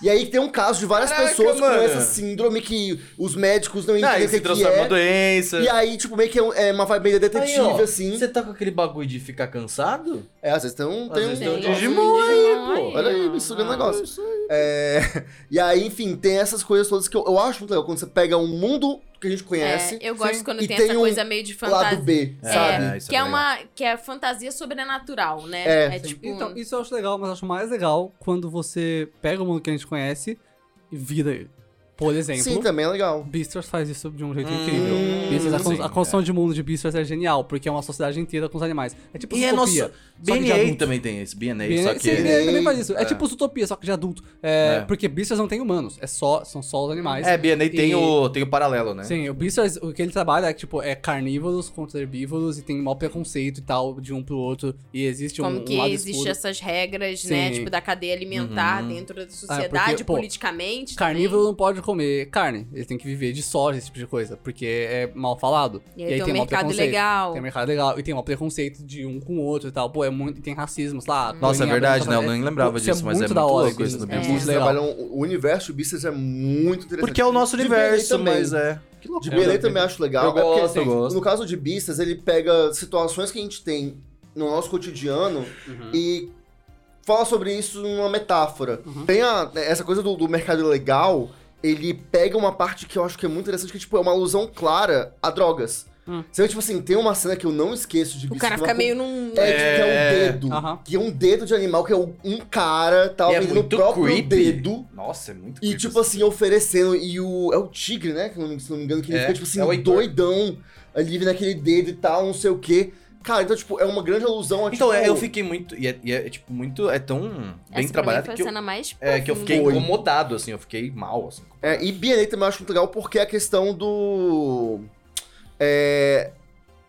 S3: E aí tem um caso de várias
S1: Caraca,
S3: pessoas
S1: mano.
S3: com essa síndrome que os médicos não
S1: Ah,
S3: entendem
S1: ele
S3: o que,
S1: se
S3: que
S1: transforma numa
S3: é.
S1: doença.
S3: E aí, tipo, meio que é, um- é uma vibe meio detetive,
S1: Aí, ó,
S3: assim.
S1: Você tá com aquele bagulho de ficar cansado?
S3: É, às vezes tem um...
S1: Às
S3: Tem um
S1: vezes tem um
S3: negócio.
S1: Digimon aí,
S4: Digimon
S1: pô.
S3: Olha aí, misturando
S4: Ah.
S3: negócio. É, E aí, enfim, tem essas coisas todas que eu, eu acho muito legal. Quando você pega um mundo que a gente conhece,
S4: É, eu gosto
S3: sim,
S4: quando
S3: e
S4: tem,
S3: tem
S4: essa
S3: um
S4: coisa meio de
S3: lado
S4: fantasia.
S3: B,
S1: É.
S3: sabe?
S1: É, isso
S4: que é,
S1: legal.
S4: uma que é fantasia sobrenatural, né?
S3: É.
S2: Sim.
S4: tipo
S2: Então, isso eu acho legal, mas eu acho mais legal quando você pega o mundo que a gente conhece e vira ele. Por exemplo,
S3: Sim, também é legal.
S2: Beastars faz isso de um jeito
S1: Hum,
S2: incrível. Beastars, a,
S1: sim,
S2: con- a construção de mundo de Beastars é genial, porque é uma sociedade inteira com os animais. É tipo
S1: E é
S2: Zootopia,
S1: nosso.
S2: só que de
S1: BNA
S2: adulto.
S1: também tem esse. BNA,
S2: BNA
S1: É só que.
S2: sim, BNA também faz isso. É,
S1: É.
S2: tipo Zootopia, só que de adulto. É,
S1: É.
S2: Porque Beastars não tem humanos, é só, são só os animais.
S1: É, BNA tem,
S2: E-
S1: o, tem o paralelo, né?
S2: Sim, o Beastars, o que ele trabalha é que, tipo, é carnívoros contra herbívoros e tem maior preconceito e tal de um pro outro. E existe um,
S4: Como
S2: um
S4: que
S2: lado
S4: existem
S2: escuro.
S4: essas regras, né?
S2: Sim.
S4: Tipo, da cadeia alimentar
S1: Uhum.
S4: dentro da sociedade,
S2: Ah, pô,
S4: politicamente. também.
S2: Carnívoro não pode comer carne, ele tem que viver de soja, esse tipo de coisa, porque é mal falado.
S4: E aí, tem um
S2: maior
S4: mercado
S2: preconceito.
S4: legal.
S2: Tem um mercado legal e tem um preconceito de um com o outro e tal. Pô, é muito. e Tem racismo, sei
S4: Hum.
S2: lá.
S1: Nossa, é
S2: doenha
S1: verdade, né?
S2: branca,
S1: Eu nem lembrava
S2: Isso é
S1: disso, mas é muito
S2: muito da hora
S1: louco
S2: que
S1: isso do
S2: eles-
S1: BNA.
S4: é.
S3: Eles
S2: muito legal.
S3: trabalham. O universo Beasters é muito interessante.
S1: Porque é o nosso
S3: De
S1: universo,
S3: BNA também.
S1: mas é. Que
S3: De
S1: loucura.
S3: Belém também acho legal.
S1: Eu
S3: é porque,
S1: gosto, eu gosto.
S3: No caso de Beastars, ele pega situações que a gente tem no nosso cotidiano e fala sobre isso numa metáfora.
S2: Uhum.
S3: Tem a- essa coisa do, do mercado legal, ele pega uma parte que eu acho que é muito interessante, que tipo, é uma alusão clara a drogas.
S2: Hum.
S3: Você vê, tipo assim, tem uma cena que eu não esqueço de
S4: O
S3: Beastars,
S4: cara
S3: uma
S4: fica
S3: co-
S4: meio num.
S3: É, que é
S1: É.
S3: um dedo.
S2: Aham.
S3: Que é um dedo de animal, que é um um cara, tal,
S1: E é
S3: ele no
S1: muito
S3: próprio
S1: creepy.
S3: dedo.
S1: Nossa, é muito
S3: E
S1: creepy
S3: tipo assim, oferecendo. E o. É o tigre, né? que eu não- Se não me engano, que ele
S1: É,
S3: fica, tipo assim,
S1: é o Heitor.
S3: doidão ali naquele dedo e tal, não sei o quê. Cara, então, tipo, é uma grande alusão a
S1: Então,
S3: tipo,
S1: é, eu fiquei muito. E é, e é, tipo, muito. É tão bem
S4: Essa pra mim foi
S1: trabalhado
S4: a
S1: que eu,
S4: cena mais
S1: é, que eu fiquei
S3: Foi.
S1: incomodado, assim. Eu fiquei mal, assim.
S3: É, e BNA também eu acho muito legal porque é a questão do. É.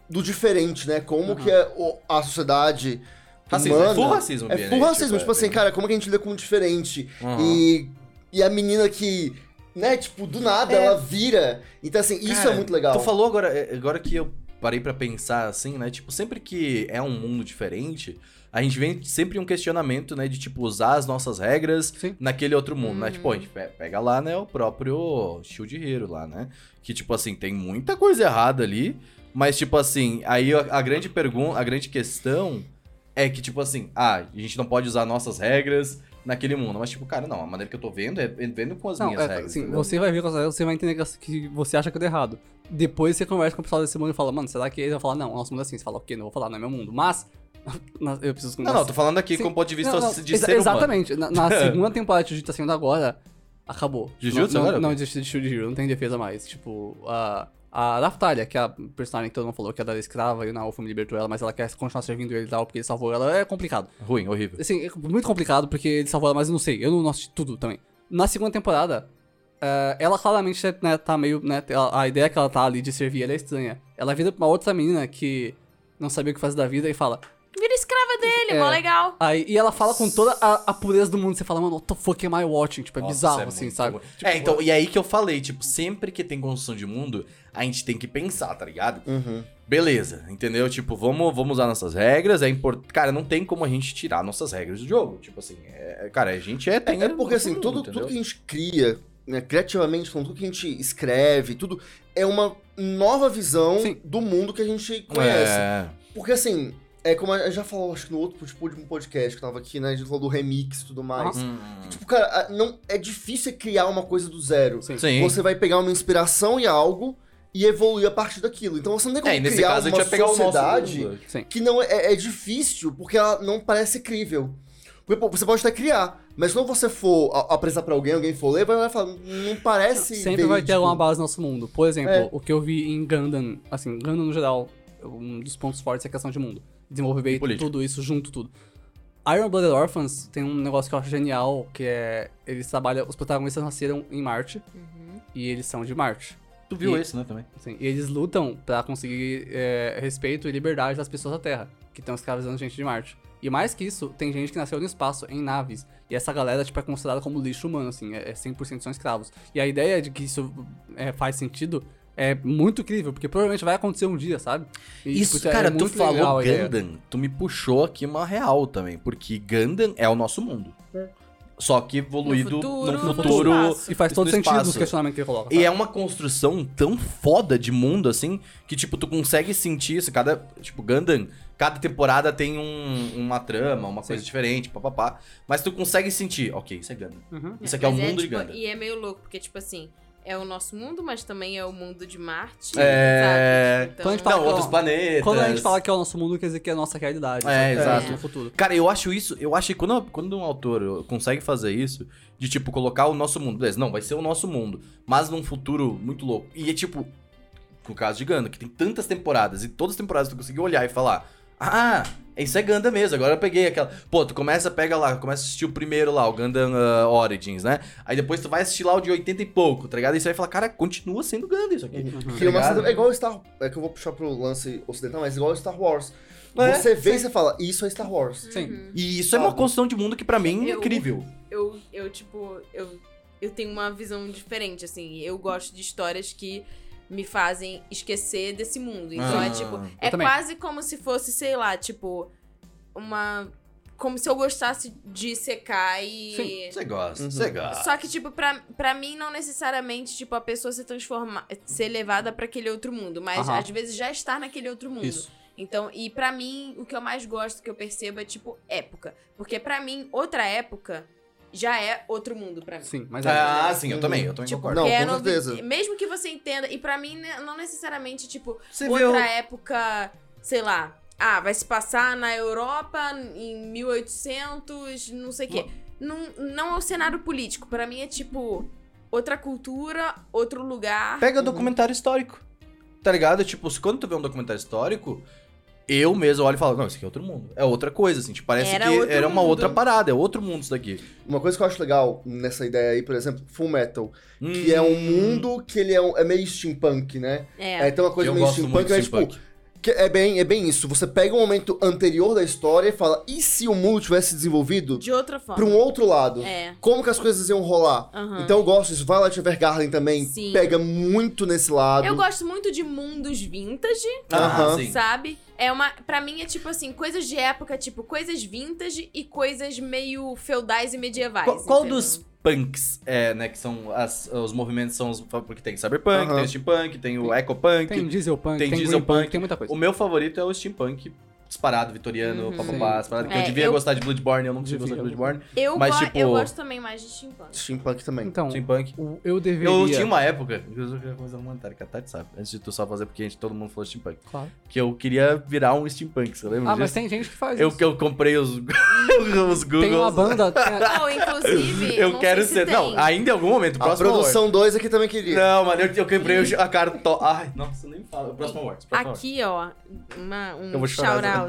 S3: Do diferente, né? Como
S2: Uhum.
S3: que é o- a sociedade.
S1: Racismo.
S3: humana,
S1: é full racismo,
S3: É
S1: BNA,
S3: full racismo, tipo
S1: é
S3: assim,
S1: bem-
S3: cara, como que a gente lida com o diferente?
S1: Aham.
S3: E, e a menina que, né, tipo, do nada
S1: É.
S3: ela vira. Então, assim, isso
S1: Cara,
S3: é muito legal.
S1: Tu falou agora, é, agora que eu parei pra pensar assim, né? Tipo, sempre que é um mundo diferente, a gente vem sempre um questionamento, né? De tipo, usar as nossas regras
S2: Sim.
S1: naquele outro mundo, né?
S4: Uhum.
S1: Tipo, a gente pe- pega lá, né? O próprio Shield Hero lá, né? Que, tipo assim, tem muita coisa errada ali. Mas, tipo assim, aí a, a grande pergunta, a grande questão é que, tipo assim, ah, a gente não pode usar nossas regras naquele mundo. Mas, tipo, cara, não, a maneira que eu tô vendo é vendo com as
S2: Não,
S1: minhas
S2: é,
S1: regras. tá
S2: assim,
S1: entendeu?
S2: você vai ver, com as regras, você vai entender que- que você acha que deu errado. Depois você conversa com o pessoal desse mundo e fala, mano, será que eles vão falar, não, nosso mundo é assim? Você fala, ok, não vou falar, não é meu mundo. Mas, na- eu preciso
S1: Não, não, tô falando aqui
S2: Sim.
S1: com o ponto de vista
S2: Não, não,
S1: de
S2: exa-
S1: ser humano.
S2: Exatamente. Na, na segunda temporada de Jujutsu tá saindo agora, acabou.
S1: Jujutsu
S2: não,
S1: agora?
S2: Não, não existe Jujutsu, não tem defesa mais. Tipo, a, a Raftalia, que é a personagem que todo mundo falou que é da escrava e o Naofumi libertou ela, mas ela quer continuar servindo ele e tal, porque ele salvou ela, é complicado.
S1: Ruim, horrível.
S2: Assim, é muito complicado porque ele salvou ela, mas eu não sei, eu não assisti tudo também. Na segunda temporada, eh, ela claramente né, tá meio. Né, ela- a ideia que ela tá ali de servir ela é estranha. Ela vira pra uma outra menina que não sabia o que fazer da vida e fala.
S4: Vira escrava dele,
S2: É.
S4: mó legal.
S2: Aí, e ela fala com toda a, a pureza do mundo. Você fala, mano, what the fuck am I watching? Tipo, é
S1: Nossa,
S2: bizarro,
S1: é
S2: assim,
S1: muito
S2: sabe?
S1: ruim.
S3: Tipo,
S1: é, então, e aí que eu falei, tipo, sempre que tem construção de mundo, a gente tem que pensar, tá ligado?
S3: Uhum.
S1: Beleza, entendeu? Tipo, vamos, vamos usar nossas regras, é importante. Cara, não tem como a gente tirar nossas regras do jogo. Tipo assim, é- cara, a gente é. Tem
S3: É porque, assim,
S1: todo
S3: tudo,
S1: mundo,
S3: tudo que a
S1: entendeu?
S3: gente cria, né, criativamente, falando, tudo que a gente escreve, tudo, é uma nova visão
S2: Sim.
S3: do mundo que a gente conhece.
S1: É.
S3: Porque, assim, é como a gente já falou, acho que no outro tipo, último podcast que tava aqui, né, a gente falou do remix e tudo mais.
S1: Hum.
S3: Tipo, cara, a- não, é difícil você criar uma coisa do zero.
S2: Sim.
S1: Sim.
S3: Você vai pegar uma inspiração e algo e evoluir a partir daquilo. Então você não tem como
S1: É, e nesse
S3: criar
S1: caso a gente
S3: uma
S1: vai pegar
S3: sociedade
S1: o nosso. mundo.
S3: que não é, é difícil porque ela não parece crível. Porque, pô, você pode até criar, mas quando você for a- apresentar pra alguém, alguém for ler, vai olhar e falar, não parece.
S2: Sempre vai ter
S3: verídico."
S2: alguma base no nosso mundo. Por exemplo,
S3: tipo, É.
S2: o que eu vi em Gundam, assim, Gundam no geral, um dos pontos fortes é a questão de mundo. Desenvolver
S1: E política.
S2: tudo isso junto, tudo. Iron Blooded Orphans tem um negócio que eu acho genial, que é. Eles trabalham. Os protagonistas nasceram em Marte e eles são de Marte.
S1: Tu viu
S2: E-
S1: esse, né, também?
S2: Assim, e eles lutam pra conseguir é, respeito e liberdade das pessoas da Terra, que estão escravizando gente de Marte. E mais que isso, tem gente que nasceu no espaço, em naves. E essa galera, tipo, é considerada como lixo humano, assim. É, é 100% são escravos. E a ideia de que isso é, faz sentido é muito incrível, porque provavelmente vai acontecer um dia, sabe? E,
S1: Isso,
S2: tipo, é
S1: cara, tu
S2: muito legal
S1: falou
S2: a ideia.
S1: Gundam, tu me puxou aqui uma real também, porque Gundam é o nosso mundo. Só que evoluído
S4: futuro,
S1: no
S4: no
S1: futuro.
S4: espaço.
S2: E faz
S1: Isso
S2: todo
S1: no
S2: sentido os
S1: espaço.
S2: questionamentos que ele coloca.
S1: E
S2: sabe?
S1: é uma construção tão foda de mundo, assim, que, tipo, tu consegue sentir isso. Cada, tipo, Gundam, cada temporada tem um- uma trama, uma coisa diferente, papapá. Mas tu consegue sentir, ok, isso é Gundam.
S2: Uhum.
S1: Isso aqui é o
S4: Mas
S1: mundo de
S4: tipo,
S1: Gundam.
S4: E é meio louco, porque, tipo assim, é o nosso mundo, mas também é o mundo de Marte.
S1: É.
S4: Sabe? Tipo,
S2: Então a gente
S4: então-
S2: fala-
S1: Não, outros planetas.
S2: Quando a gente fala que é o nosso mundo, quer dizer que é a nossa realidade.
S1: É,
S2: né?
S1: exato.
S2: No futuro.
S1: Cara, eu acho isso, eu acho que quando, quando um autor consegue fazer isso, de tipo, colocar o nosso mundo, beleza, não, vai ser o nosso mundo, mas num futuro muito louco. E é tipo, no caso de Ganda, que tem tantas temporadas, e todas as temporadas tu conseguiu olhar e falar, ah, isso é Ganda mesmo, agora eu peguei aquela. Pô, tu começa, pega lá, começa a assistir o primeiro lá, o Gundam ah, Origins, né? Aí depois tu vai assistir lá o de 80 e pouco, tá ligado? E você vai falar, cara, continua sendo Ganda isso aqui. tá
S2: Uhum.
S3: Que é uma
S1: Obrigado.
S3: cena- é igual Star É que eu vou puxar pro lance ocidental, mas igual Star Wars.
S1: É,
S3: você vê e você fala, isso é Star Wars.
S2: um-
S4: Uhum.
S2: Sim.
S1: E isso é uma construção de mundo que pra mim é
S4: Eu-
S1: incrível.
S4: eu, eu tipo, eu, eu tenho uma visão diferente, assim. Eu gosto de histórias que me fazem esquecer desse mundo. Então
S1: Ah,
S4: é tipo,
S1: eu
S4: é
S2: também.
S4: quase como se fosse, sei lá, tipo, uma. Como se eu gostasse de secar e.
S2: Sim,
S1: Você gosta,
S3: Uhum.
S1: você gosta.
S4: Só que, tipo, pra, pra mim, não necessariamente, tipo, a pessoa se transformar, ser levada pra aquele outro mundo. Mas,
S2: Aham.
S4: às vezes, já estar naquele outro mundo.
S2: Isso.
S4: Então, e pra mim, o que eu mais gosto, que eu percebo, é, tipo, época. Porque pra mim, outra época já é outro mundo pra mim.
S2: Sim, mas é.
S1: Ah, sim, eu também, eu também
S4: Tipo,
S1: concordo.
S3: Não,
S4: é
S3: com
S4: novi-
S3: certeza.
S4: Mesmo que você entenda, e pra mim, né, não necessariamente, tipo,
S1: Você
S4: outra época, sei lá, ah, vai se passar na Europa em 1800, não sei o quê. Não, não é o cenário político, pra mim é tipo outra cultura, outro lugar.
S1: Pega documentário histórico. Tá ligado? Tipo, se quando tu vê um documentário histórico, eu mesmo olho e falo, não, isso aqui é outro mundo. É outra coisa, assim. Tipo, parece
S4: Era
S1: que
S4: outro
S1: era uma
S4: mundo.
S1: outra parada, é outro mundo isso daqui.
S3: Uma coisa que eu acho legal nessa ideia aí, por exemplo, Full Metal,
S1: Hum.
S3: que é um mundo que ele é, um- é meio steampunk, né?
S4: É.
S3: É, tem uma coisa
S1: eu
S3: meio
S1: gosto muito
S3: steampunk,
S1: de
S3: mas tipo,
S1: steampunk.
S3: Que é, bem, é bem isso. Você pega um momento anterior da história e fala: e se o mundo tivesse desenvolvido
S4: de outra
S3: pra
S4: forma.
S3: um outro lado?
S4: É.
S3: Como que as coisas iam rolar?
S4: Aham.
S3: Então eu gosto disso. Violet Evergarden também
S4: Sim.
S3: pega muito nesse lado.
S4: Eu gosto muito de mundos vintage,
S1: Ah,
S3: Aham.
S1: sim.
S4: sabe? É uma, para mim é tipo assim, coisas de época, tipo coisas vintage e coisas meio feudais e medievais.
S1: Qual, qual
S4: entendeu?
S1: dos punks é, né? Que são as- os movimentos são os. Porque tem Cyberpunk,
S3: Aham.
S1: tem o Steampunk, tem o Ecopunk.
S2: Tem diesel
S1: Tem
S2: punk, tem,
S1: diesel
S2: diesel
S1: punk.
S2: punk, tem muita coisa.
S1: O meu favorito é o Steampunk disparado, vitoriano,
S4: Uhum.
S1: papapá, as paradas que eu
S4: É,
S1: devia
S4: eu-
S1: gostar de Bloodborne, eu não devia gostar de
S2: Devia.
S1: Bloodborne.
S4: Eu,
S1: Mas,
S4: go-
S1: tipo-
S4: eu gosto também mais de steampunk.
S3: Steampunk também.
S2: Então,
S1: Steampunk.
S2: o- eu deveria.
S1: Eu tinha uma época, inclusive eu queria começar um comentário, que a Tati sabe, antes de tu só fazer, porque a gente, todo mundo falou steampunk,
S2: Claro.
S1: que eu queria virar um steampunk, você lembra
S2: Ah, mas
S1: disso?
S2: tem gente que faz
S1: Eu
S2: isso.
S1: que eu comprei os, os Google.
S2: Tem uma banda. é tem a-
S4: Não, inclusive.
S1: Eu
S4: não
S1: quero
S4: sei se
S1: ser.
S4: tem.
S1: Não, ainda em algum momento,
S3: a
S1: próximo
S3: produção 2 aqui também queria.
S1: Awards. Não, mas eu, eu quebrei o- a carto. Ai, nossa, nem fala. Próximo Awards. Próximo Awards.
S4: Aqui, ó, uma-
S1: Eu
S4: um
S1: vou chorar,
S4: shout-out.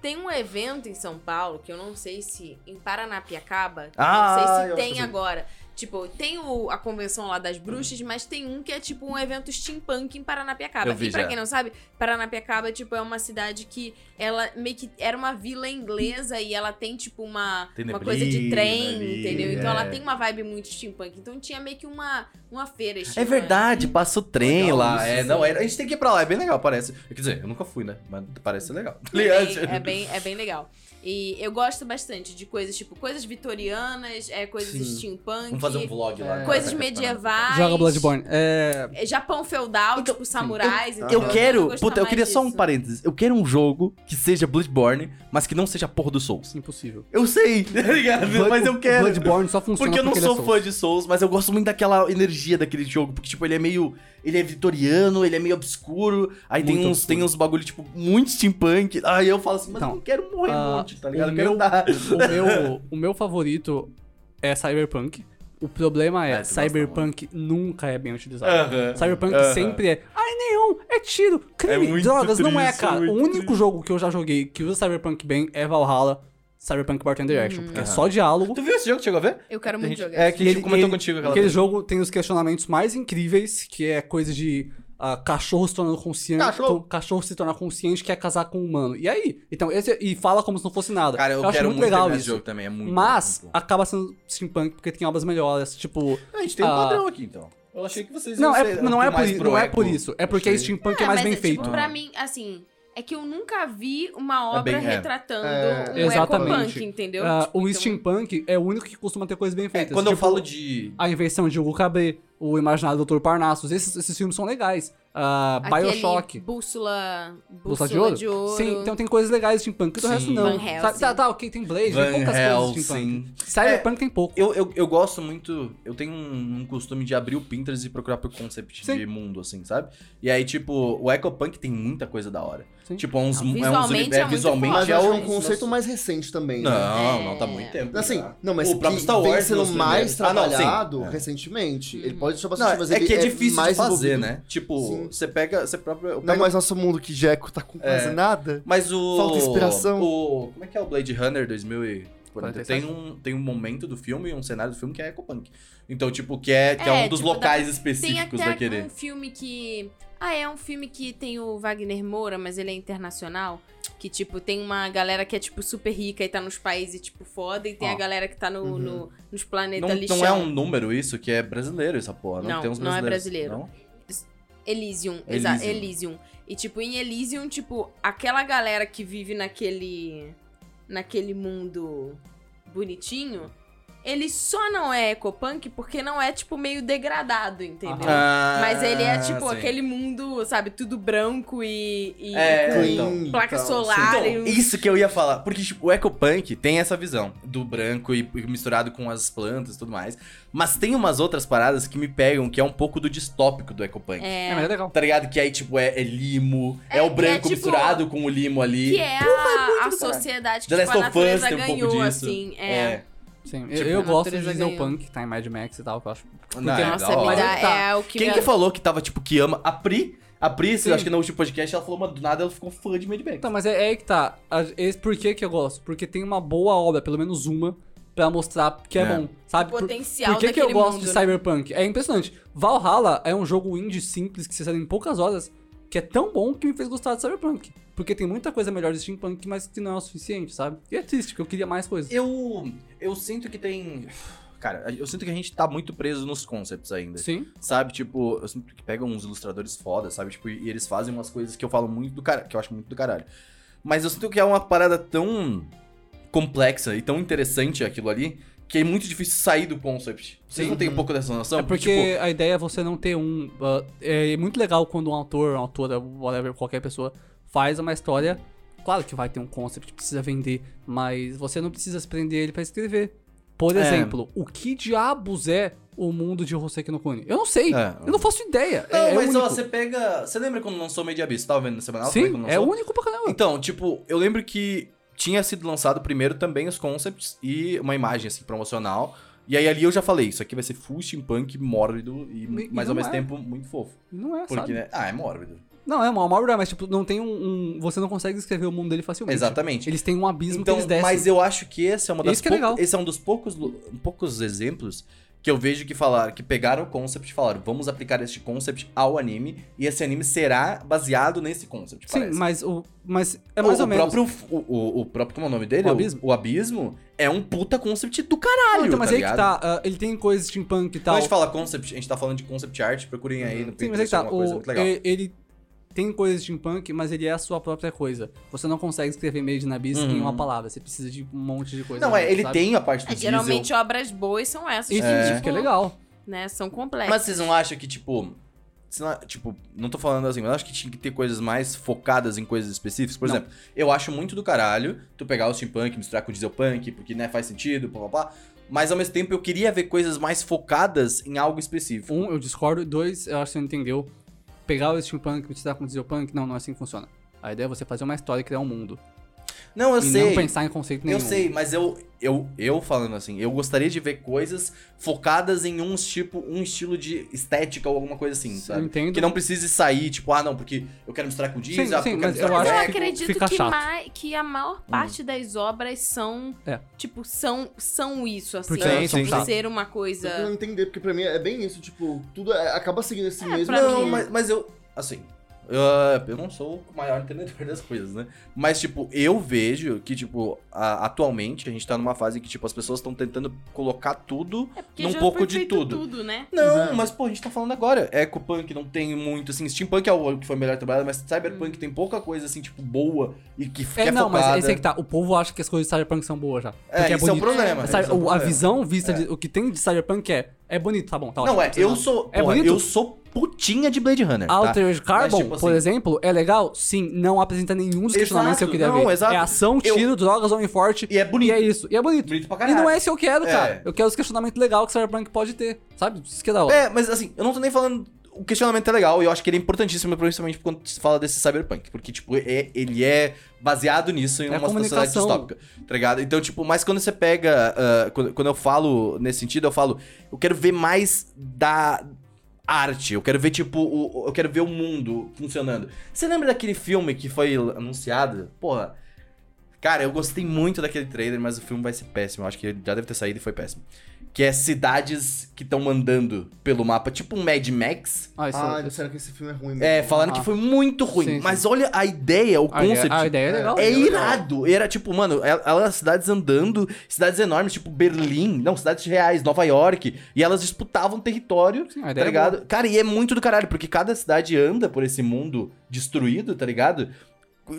S4: Tem um evento em São Paulo, que eu não sei se em Paranapiacaba,
S1: Ah,
S4: não sei
S1: eu
S4: se
S1: acho
S4: tem
S1: que-
S4: agora. Tipo, tem o- a convenção lá das bruxas, mas tem um que é tipo um evento steampunk em Paranapiacaba.
S1: Eu vi
S4: e pra
S1: já.
S4: quem não sabe, Paranapiacaba, tipo, é uma cidade que ela meio que era uma vila inglesa e ela tem, tipo, uma,
S1: Tem
S4: uma
S1: neblina
S4: coisa de trem,
S1: ali,
S4: entendeu? Então
S1: é.
S4: ela tem uma vibe muito steampunk. Então tinha meio que uma, uma feira
S1: É
S4: steampunk.
S1: verdade, passa o trem
S3: Legal
S1: lá.
S3: isso,
S1: É, não, é, a gente tem que ir pra lá, é bem legal, parece. Quer dizer, eu nunca fui, né? Mas parece ser legal. Aliás,
S4: É bem, é, bem, é bem legal. E eu gosto bastante de coisas tipo coisas vitorianas, é, coisas
S3: Sim.
S4: steampunk,
S1: Vamos fazer um vlog lá.
S3: É.
S4: coisas
S1: Caraca,
S4: medievais.
S2: Joga Bloodborne. É.
S4: é, Japão feudal,
S1: Então,
S4: tipo samurais.
S3: eu-
S4: entendeu?
S1: Eu quero.
S4: gostar
S1: Puta, eu
S4: mais
S1: queria só um
S4: disso.
S1: parênteses. Eu quero um jogo que seja Bloodborne, mas que não seja a porra do Souls.
S2: Impossível.
S1: Eu sei, tá ligado? mas eu
S2: O
S1: quero.
S2: Bloodborne só funciona
S1: Porque eu não
S2: ele é
S1: sou
S2: Souls.
S1: fã de Souls, mas eu gosto muito daquela energia daquele jogo. Porque, tipo, ele é meio. Ele é vitoriano, ele é meio obscuro. Aí tem
S2: Muito
S1: uns,
S2: obscuro.
S1: tem uns bagulho, tipo, muito steampunk. Aí eu falo assim, mas eu
S2: Então,
S1: não quero morrer um
S2: ah,
S1: monte, tá ligado?
S2: o
S1: Eu quero
S2: meu-
S1: andar.
S2: o meu, o meu favorito é Cyberpunk. O problema é,
S1: É, tu gosta
S2: Cyberpunk nunca é bem utilizado.
S1: Aham,
S2: Cyberpunk
S1: aham.
S2: sempre é, ai nenhum, é tiro,
S1: É
S2: crime,
S1: muito
S2: drogas, não é,
S1: triste, é
S2: cara.
S1: muito
S2: o único
S1: triste.
S2: jogo que eu já joguei que usa Cyberpunk bem é Valhalla, Cyberpunk Bartender Action, porque é só diálogo.
S1: Tu viu esse jogo? que Chegou a ver?
S4: Eu quero muito jogar.
S1: É que a gente
S2: Ele-
S1: comentou
S2: ele-
S1: contigo aquela
S2: Aquele
S1: vez.
S2: jogo tem os questionamentos mais incríveis, que é coisa de ah, cachorro se tornando consciente.
S3: Cachorro.
S2: to- cachorro se tornar consciente quer casar com um humano. E aí? Então, esse. E fala como se não fosse nada.
S1: Cara, eu,
S2: acho
S1: quero
S2: muito legal
S1: terminar
S2: isso.
S1: esse jogo também. É muito
S2: Mas
S1: muito bom.
S2: acaba sendo steampunk porque tem obras melhores, tipo.
S1: Ah, a gente tem um
S2: ah,
S1: padrão aqui, então. Eu achei que vocês
S2: Não,
S1: iam
S2: é,
S1: ser
S2: não, é por,
S1: mais
S2: isso-
S1: pro
S2: não é
S1: eco.
S2: por isso. É porque
S1: Achei.
S2: é steampunk
S4: Ah,
S2: é mais
S4: mas
S2: bem
S4: é,
S2: feito.
S4: Tipo, pra mim, assim, é que eu nunca vi uma obra
S1: bem- é.
S4: retratando
S3: É.
S4: um
S2: Exatamente.
S4: ecopunk, entendeu?
S2: Ah,
S4: Tipo,
S2: o
S4: então-
S2: steampunk é o único que costuma ter coisas bem
S1: É,
S2: feitas.
S1: quando eu
S2: Tipo,
S1: falo de.
S2: A invenção de Hugo Cabret, o Imaginário do Dr. Parnassus. Esses, esses filmes são legais. Ah,
S4: Aquele
S2: Bioshock.
S4: Bússola,
S2: Bússola
S4: bússola
S2: de ouro?
S4: de ouro.
S2: Sim, então tem coisas legais de steampunk, do
S1: Sim.
S2: resto não.
S4: Van
S2: Sabe-
S4: Helsing.
S2: tá, tá, ok, tem Blade,
S1: Van
S2: tem poucas coisas de
S1: Helsing. É.
S2: steampunk. Cyberpunk tem pouco.
S1: Eu, eu, eu gosto muito. Eu tenho um, um costume de abrir o Pinterest e procurar por concept de mundo, assim, sabe? E aí, tipo, o Ecopunk tem muita coisa da hora.
S2: Sim.
S1: Tipo, é uns.
S4: Não,
S1: é uns
S4: visualmente é muito
S1: visualmente
S4: foda.
S3: Mas
S1: é
S3: eu acho
S1: o.
S3: que é um conceito mais recente também, né?
S1: Não,
S4: É.
S1: não, tá há muito tempo.
S3: Assim,
S1: já.
S3: não, mas
S1: O
S3: que
S1: próprio Star Wars
S3: vem
S1: nos
S3: sendo mais
S1: primeiros. Ah, não, sim.
S3: trabalhado
S1: É.
S3: recentemente. Ele
S4: Uhum.
S3: pode deixar bastante,
S1: Não,
S3: mas
S1: é
S3: ele
S1: que é difícil de
S3: mais
S1: fazer,
S3: envolvido.
S1: né? Tipo,
S3: Sim.
S1: você pega. Você próprio. eu
S3: Não,
S1: pego-
S3: mas nosso mundo que Jeco tá com quase
S1: É.
S3: nada.
S1: Mas o.
S3: Falta inspiração.
S1: O, como é que é o Blade Runner 2040?
S2: 47?
S1: Tem um, tem um momento do filme e um cenário do filme que é ecopunk. Então, tipo, que é, que é,
S4: É,
S1: um dos
S4: tipo,
S1: locais
S4: Tem
S1: específicos
S4: até
S1: daquele.
S4: um filme que. Ah, é um filme que tem o Wagner Moura, mas ele é internacional. Que, tipo, tem uma galera que é, tipo, super rica e tá nos países, tipo, foda, e tem
S2: Ó.
S4: a galera que tá no,
S3: Uhum.
S4: no- nos planetas
S1: Não,
S4: lixão.
S1: não é um número isso, que é brasileiro essa porra. Não,
S4: Não,
S1: tem uns
S4: não é
S1: brasileiros,
S4: brasileiro.
S1: não?
S4: Elysium, exato,
S1: Elysium.
S4: Elysium. E tipo, em Elysium, tipo, aquela galera que vive naquele naquele mundo bonitinho, ele só não é ecopunk porque não é tipo meio degradado,
S1: Ah,
S4: entendeu?
S2: Aham.
S4: Mas ele é tipo
S1: sim.
S4: aquele mundo, sabe, tudo branco e, e
S1: É,
S4: com
S3: então.
S4: placa
S3: Então,
S4: solar e
S1: Então,
S4: um-
S1: isso que eu ia falar. Porque, tipo, o Ecopunk tem essa visão do branco e e misturado com as plantas e tudo mais. Mas tem umas outras paradas que me pegam, que é um pouco do distópico do Ecopunk.
S4: É,
S2: É, mas é legal.
S1: Tá ligado? Que aí, tipo, é, é limo, é,
S4: É,
S1: o
S4: que é,
S1: branco
S4: tipo,
S1: misturado com o limo ali.
S4: que é a, a sociedade que
S1: The
S4: tipo, a
S1: Last of Us
S4: natureza
S1: tem um pouco
S4: ganhou,
S1: disso.
S4: assim. É.
S1: É.
S2: Sim, eu,
S1: Tipo,
S2: eu
S4: a
S2: gosto de
S4: natureza
S2: Diesel
S4: ganhou.
S2: Punk, que tá em Mad Max e tal, que eu acho.
S1: Não, é
S4: Nossa,
S1: da
S4: me
S1: hora.
S4: dá,
S2: tá.
S4: é o que
S1: Quem
S4: me...
S1: que falou que tava, tipo, que ama? A Pri. A Pri,
S2: Sim.
S1: acho que no último podcast, ela falou, mano, do nada ela ficou fã de Mad Max.
S2: Então, mas é, é aí que tá. A- Esse, por que que eu gosto? Porque tem uma boa obra, pelo menos uma, pra mostrar que é,
S1: É.
S2: bom, sabe? Por-
S4: potencial
S2: Por que, que eu
S4: daquele
S2: gosto
S4: mundo,
S2: de
S4: né?
S2: Cyberpunk? É impressionante. Valhalla é um jogo indie simples que você sai em poucas horas, que é tão bom que me fez gostar de Cyberpunk. Porque tem muita coisa melhor de Steampunk, mas que não é o suficiente, sabe? E é triste, porque eu queria mais coisas.
S1: Eu, eu sinto que tem... Cara, eu sinto que a gente tá muito preso nos concepts ainda.
S2: Sim.
S1: Sabe, tipo, eu sinto que pegam uns ilustradores foda, sabe? Tipo, e eles fazem umas coisas que eu falo muito do cara, que eu acho muito do caralho. Mas eu sinto que é uma parada tão complexa e tão interessante aquilo ali, que é muito difícil sair do concept. Vocês não tipo, têm um pouco dessa noção?
S2: é porque a ideia é você não ter um. ah, é muito legal quando um autor, uma autora, whatever, qualquer pessoa, faz uma história. Claro que vai ter um concept, precisa vender, mas você não precisa se prender ele pra escrever. Por
S1: É.
S2: exemplo, o que diabos é o mundo de Hoseki no Kune? Eu não sei.
S1: É.
S2: Eu não faço ideia.
S1: Não,
S2: é, é
S1: mas ó,
S2: único.
S1: você pega. Você lembra quando lançou Media Beast? Tava vendo na semana
S2: Sim, é
S1: lançou?
S2: único pra caramba.
S1: Então, tipo, eu lembro que tinha sido lançado primeiro também os concepts e uma imagem, assim, promocional. E aí ali eu já falei, isso aqui vai ser full steampunk, mórbido e,
S2: E- e
S1: mas ao
S2: não
S1: mesmo
S2: é.
S1: tempo muito fofo.
S2: Não é,
S1: Porque,
S2: sabe?
S1: né? Ah, é mórbido.
S2: Não, é uma uma obra, mas tipo, não tem um, um- Você não consegue escrever o mundo dele facilmente.
S1: Exatamente.
S2: Eles têm um abismo
S1: então,
S2: que eles descem.
S1: mas eu acho que esse é uma das
S2: Isso que é
S1: pouca-
S2: legal.
S1: esse é um dos poucos lu- poucos exemplos que eu vejo que falaram, que pegaram o concept e falaram, vamos aplicar este concept ao anime e esse anime será baseado nesse concept,
S2: Sim,
S1: parece.
S2: mas o. Mas é mais
S1: é o,
S2: ou menos.
S1: Próprio, o, o, o próprio, como é o nome dele?
S2: O Abismo?
S1: O, Abismo é um puta concept do
S2: Não,
S1: caralho,
S2: então, mas
S1: tá
S2: aí
S1: ligado?
S2: que tá. ah, ele tem coisas steampunk e
S1: Quando
S2: tal.
S1: a gente fala concept, a gente tá falando de concept art, procurem aí no
S2: Sim, mas aí
S1: Pinterest
S2: que tá.
S1: alguma coisa
S2: o-
S1: muito legal.
S2: Ele, ele tem coisas de steampunk, mas ele é a sua própria coisa. Você não consegue escrever Made in Abyss em
S1: Uhum.
S2: uma palavra. Você precisa de um monte de coisa.
S1: Não, é,
S2: junto,
S1: ele
S2: sabe?
S1: tem a parte do
S4: É,
S1: diesel.
S4: geralmente obras boas são essas.
S2: Isso
S4: que,
S2: é.
S4: tipo,
S2: que é legal.
S4: Né, são complexas.
S1: Mas vocês não acham que, tipo. sei lá, tipo, não tô falando assim, mas eu acho que tinha que ter coisas mais focadas em coisas específicas. Por
S2: Não.
S1: exemplo, eu acho muito do caralho tu pegar o steampunk, misturar com o dieselpunk, porque, né, faz sentido, blá blá blá. Mas ao mesmo tempo eu queria ver coisas mais focadas em algo específico.
S2: Um, eu discordo. Dois, eu acho que você não entendeu. Pegar o steampunk e utilizar com o dieselpunk, não, não é assim que funciona. A ideia é você fazer uma história e criar um mundo.
S1: Não, eu
S2: e
S1: sei.
S2: não pensar em conceito nenhum.
S1: Eu sei, mas eu, eu, eu falando assim, eu gostaria de ver coisas focadas em um tipo, um estilo de estética ou alguma coisa assim,
S2: Sim,
S1: sabe?
S2: entendo.
S1: Que não precise sair, tipo, ah, não, porque eu quero misturar com o diesel,
S2: Sim,
S1: ah, porque
S2: sim,
S1: eu quero
S2: mas
S1: misturar
S2: eu
S1: com
S2: acho
S4: eu
S1: Jack.
S2: que
S4: acredito
S2: fica
S4: que,
S2: chato. Hum.
S4: mai- que a maior parte das obras são,
S2: É.
S4: tipo, são, são isso, assim.
S2: Porque
S1: Sim,
S4: Não
S1: são
S4: por
S1: chato.
S4: ser uma
S3: Eu quero
S4: coisa...
S3: entender, porque pra mim é bem isso, tipo, tudo é- acaba seguindo esse
S4: É,
S3: mesmo.
S4: pra
S1: Não,
S4: mim-
S1: mas, mas eu. Assim. Ah, eu não sou o maior entendedor das coisas, né? Mas, tipo, eu vejo que, tipo, a- atualmente a gente tá numa fase que, tipo, as pessoas estão tentando colocar tudo
S4: É porque
S1: Num
S4: já
S1: pouco
S4: foi
S1: de
S4: feito
S1: tudo.
S4: tudo, né?
S1: Não,
S3: Exato.
S1: mas pô, a gente tá falando agora. Ecopunk não tem muito, assim, steampunk é o que foi melhor trabalhado, mas cyberpunk tem pouca coisa, assim, tipo, boa e que, que
S2: Hum. É, não,
S1: focada.
S2: mas esse aí que tá. O povo acha que as coisas de Cyberpunk são boas já.
S1: É,
S2: porque é
S1: esse é o
S2: bonito.
S1: problema.
S2: Sabe,
S1: esse é o
S2: o- a
S1: problema.
S2: visão vista de o que tem de Cyberpunk é é bonito, tá bom, tá
S1: Não,
S2: ótimo,
S1: é,
S2: precisa
S1: eu
S2: não.
S1: sou,
S2: É
S1: porra,
S2: bonito?
S1: eu sou putinha de Blade Runner, tá?
S2: Altered Carbon,
S1: tipo
S2: por
S1: assim-
S2: exemplo, é legal? Sim, não apresenta nenhum dos
S1: Exato,
S2: questionamentos que eu queria
S1: não,
S2: ver.
S1: exato.
S2: É ação,
S1: Eu-
S2: tiro, drogas, homem forte.
S1: E é bonito.
S2: E é isso. E é bonito.
S1: Bonito pra
S2: E
S1: caralho.
S2: não é esse que eu quero,
S1: É.
S2: cara. Eu quero os questionamentos legais que Cyberpunk pode ter, sabe? Isso que é da hora.
S1: É, mas assim, eu não tô nem falando. O questionamento é legal e eu acho que ele é importantíssimo, principalmente quando se fala desse cyberpunk. Porque, tipo, é- ele é baseado nisso em
S2: É
S1: uma sociedade
S2: comunicação.
S1: distópica, tá ligado? Então, tipo, mas quando você pega. ah, quando, quando eu falo nesse sentido, eu falo. Eu quero ver mais da arte. Eu quero ver, tipo, o- o- eu quero ver o mundo funcionando. Você lembra daquele filme que foi anunciado? Porra. Cara, eu gostei muito daquele trailer, mas o filme vai ser péssimo. Eu acho que ele já deve ter saído e foi péssimo. Que é cidades que estão mandando pelo mapa, tipo um Mad Max.
S2: Ah, isso
S3: Ah, disseram que esse filme é ruim mesmo.
S1: É, falando
S2: Ah.
S1: que foi muito ruim.
S2: Sim, sim.
S1: Mas olha a ideia, o
S2: a, ideia,
S1: concept.
S2: a ideia é legal.
S1: É
S3: É legal.
S1: irado. Era tipo, mano, el- elas cidades andando, cidades enormes, tipo Berlim, não, cidades reais, Nova York, e elas disputavam território,
S2: Sim, a
S1: tá
S2: ideia é
S1: ligado? Cara, e é muito do caralho, porque cada cidade anda por esse mundo destruído, tá ligado?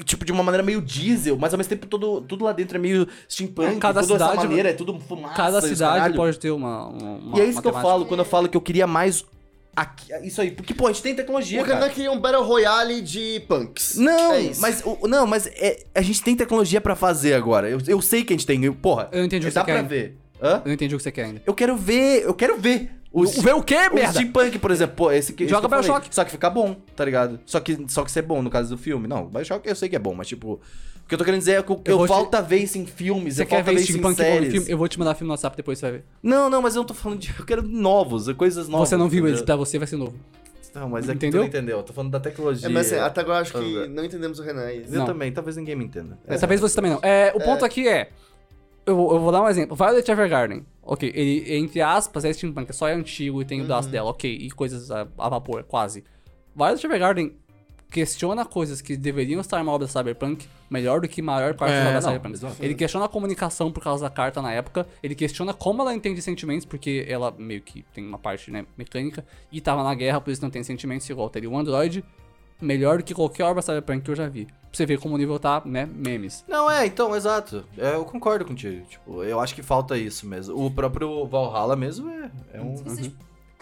S1: Tipo, de uma maneira meio diesel, mas ao mesmo tempo todo, tudo lá dentro é meio steampunk,
S2: Cada
S1: tudo dessa
S2: cidade-
S1: maneira, é tudo fumaça. e
S2: Cada
S1: os
S2: cidade
S1: caralho.
S2: pode ter uma. uma
S1: E é isso
S2: uma
S1: que eu
S2: temática.
S1: falo quando eu falo que eu queria mais aqui- isso aí, porque pô, a gente tem tecnologia,
S3: O
S1: cara.
S3: Canadá queria um Battle Royale de punks.
S1: Não,
S3: É isso.
S1: mas, o- não, mas é- a gente tem tecnologia pra fazer agora. Eu, eu sei que a gente tem. eu- porra,
S2: Eu não entendi o que
S1: dá
S2: você
S1: pra
S2: quer.
S1: ver. Hã?
S2: Eu não entendi o que você quer ainda.
S1: Eu quero ver, eu quero ver.
S2: O,
S1: Os,
S2: ver o quê,
S1: o
S2: merda?
S1: Steampunk, por exemplo. Pô, esse que, esse
S2: Joga
S1: que eu falei.
S2: Bioshock.
S1: Só que fica bom, tá ligado? Só que, só que ser bom no caso do filme. Não, Bioshock eu sei que é bom, mas tipo. O que eu tô querendo dizer é que eu,
S2: Eu
S1: eu
S2: vou te-
S1: falta ver isso em filmes,
S2: Você
S1: eu
S2: quer
S1: falta
S2: ver
S1: ver isso em
S2: steampunk bom em
S1: séries.
S2: filme? Eu vou te mandar filme no WhatsApp depois, você vai ver.
S1: Não, não, mas eu não tô falando de. Eu quero novos, coisas novas.
S2: você não viu ele,
S1: entendeu?
S2: pra você vai ser novo.
S1: Não, mas é que tu
S2: Entendeu?
S1: não entendeu. Eu tô falando da tecnologia.
S3: É, mas assim, até agora acho que
S1: Anda.
S3: não entendemos o Renan. é aí.
S1: Eu
S2: Não.
S1: também, talvez ninguém me entenda.
S2: Dessa vez você também não. É, o ponto aqui é. Eu, vou- eu vou dar um exemplo. Violet Evergarden. Ok, ele, entre aspas, é steampunk, só é antigo e tem o das dela, ok, e coisas a, a vapor, quase. Violet Evergarden questiona coisas que deveriam estar na obra cyberpunk melhor do que a maior parte
S1: É,
S2: da obra
S1: não,
S2: cyberpunk.
S1: exato.
S2: Ele questiona a comunicação por causa da carta na época, ele questiona como ela entende sentimentos, porque ela meio que tem uma parte né, mecânica, e tava na guerra, por isso não tem sentimentos igual teria um android, melhor do que qualquer obra cyberpunk que eu já vi. Pra você ver como o nível tá, né, memes.
S1: Não, é, então, exato. É, eu concordo contigo. Tipo, eu acho que falta isso mesmo. O próprio Valhalla mesmo é, é um.
S4: Se
S2: Uhum.
S4: vocês,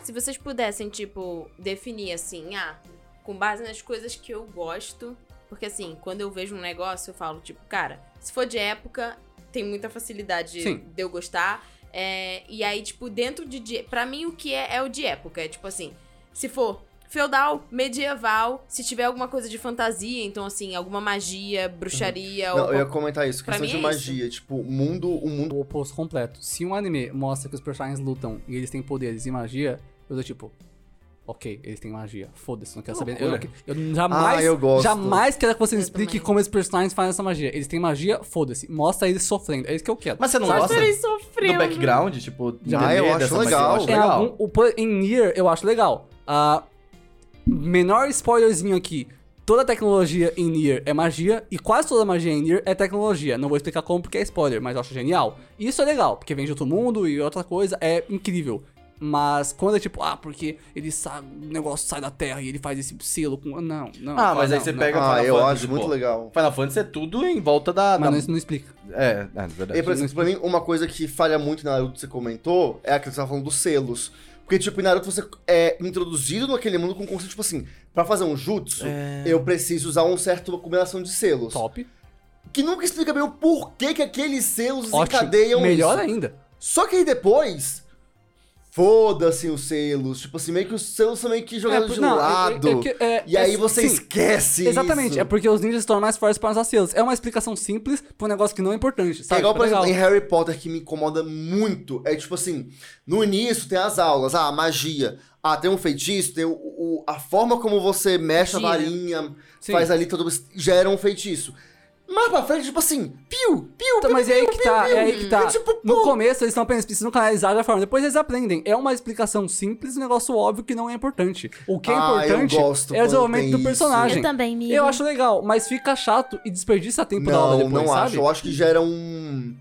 S4: se vocês pudessem, tipo, definir assim, ah, com base nas coisas que eu gosto. Porque assim, quando eu vejo um negócio, eu falo, tipo, cara, se for de época, tem muita facilidade
S2: Sim.
S4: de eu gostar. É, e aí, tipo, dentro de. de pra mim, o que é é o de época. É tipo assim, se for feudal, medieval, se tiver alguma coisa de fantasia, então assim, alguma magia,
S2: Uhum.
S4: bruxaria
S3: Não,
S4: ou.
S3: eu ia comentar isso.
S4: é Pra
S3: Questão
S4: mim
S3: de
S4: é
S3: magia. Tipo, o mundo, o mundo...
S2: o oposto completo. Se um anime mostra que os personagens lutam e eles têm poderes e magia, eu tô tipo. Ok, eles têm magia. Foda-se, não quero saber. Eu, não que- eu jamais,
S3: Ah, eu gosto.
S2: jamais quero que você me
S4: Eu
S2: explique
S4: também.
S2: como esses personagens fazem essa magia. Eles têm magia, foda-se. Mostra eles sofrendo. É isso que eu quero.
S1: Mas você não
S2: Sabe?
S1: gosta
S4: Eles
S1: do
S4: sofrendo.
S1: background? Tipo,
S3: Ah, eu
S1: entender
S3: acho
S1: dessa- mas
S3: legal.
S1: acho
S2: Tem algum- o po- em Nier eu acho legal. Ah, menor spoilerzinho aqui. Toda tecnologia em Nier é magia e quase toda magia em Nier é tecnologia. Não vou explicar como porque é spoiler, mas eu acho genial. Isso é legal, porque vem de outro mundo e outra coisa é incrível. Mas quando é tipo, ah, porque ele sabe, o negócio sai da terra e ele faz esse selo com. Não, não.
S1: Ah, mas
S2: não,
S1: aí você
S2: não.
S1: pega Final
S3: Ah, eu
S1: Fantasy,
S3: acho muito
S1: pô.
S3: legal.
S1: Final Fantasy é tudo em volta da.
S2: Mas
S1: da-
S2: não, isso não explica.
S1: É, é, na
S3: E,
S1: verdade.
S3: por exemplo, pra mim, uma coisa que falha muito na Naruto que você comentou é aquilo que você tava falando dos selos. Porque, tipo, em Naruto você é introduzido naquele mundo com um conceito, tipo assim, pra fazer um jutsu,
S1: É.
S3: eu preciso usar um certo, uma combinação de selos.
S2: Top.
S3: Que nunca explica bem o porquê que aqueles selos
S2: Ótimo.
S3: desencadeiam
S2: Melhor
S3: isso.
S2: ainda.
S3: Só que aí depois. Foda-se os selos. Tipo assim, meio que os selos são meio que jogados
S2: por-
S3: de um
S2: não, é- é-
S3: lado.
S2: é que- é-
S3: e
S2: é-
S3: aí você
S2: sim.
S3: esquece.
S2: Exatamente,
S3: isso.
S2: é porque os ninjas se tornam mais fortes para usar selos. É uma explicação simples pra um negócio que não é importante,
S3: É
S2: sabe?
S3: igual,
S2: Tá
S3: por exemplo, em
S2: legal.
S3: Harry Potter que me incomoda muito. É tipo assim, no início tem as aulas, ah, magia. Ah, tem um feitiço, tem o, o- a forma como você mexe
S4: Gira.
S3: a varinha,
S2: né? Sim.
S3: faz ali todo. gera um feitiço. mais pra frente, tipo assim, piu, piu,
S2: Então,
S3: piu,
S2: mas é aí que tá, é aí que tá.
S3: É tipo,
S2: No
S3: pô.
S2: começo eles estão pensando canalizar da forma, depois eles aprendem. É uma explicação simples, um negócio óbvio que não é importante. O que é
S3: Ah, eu
S2: importante
S3: gosto
S2: é o
S3: quando
S2: desenvolvimento
S3: tem
S2: do
S3: isso.
S2: personagem.
S5: Eu também, Miriam.
S2: Eu acho legal, mas fica chato e desperdiça tempo da aula
S3: não,
S2: depois,
S3: não
S2: sabe?
S3: acho. Eu acho que gera um.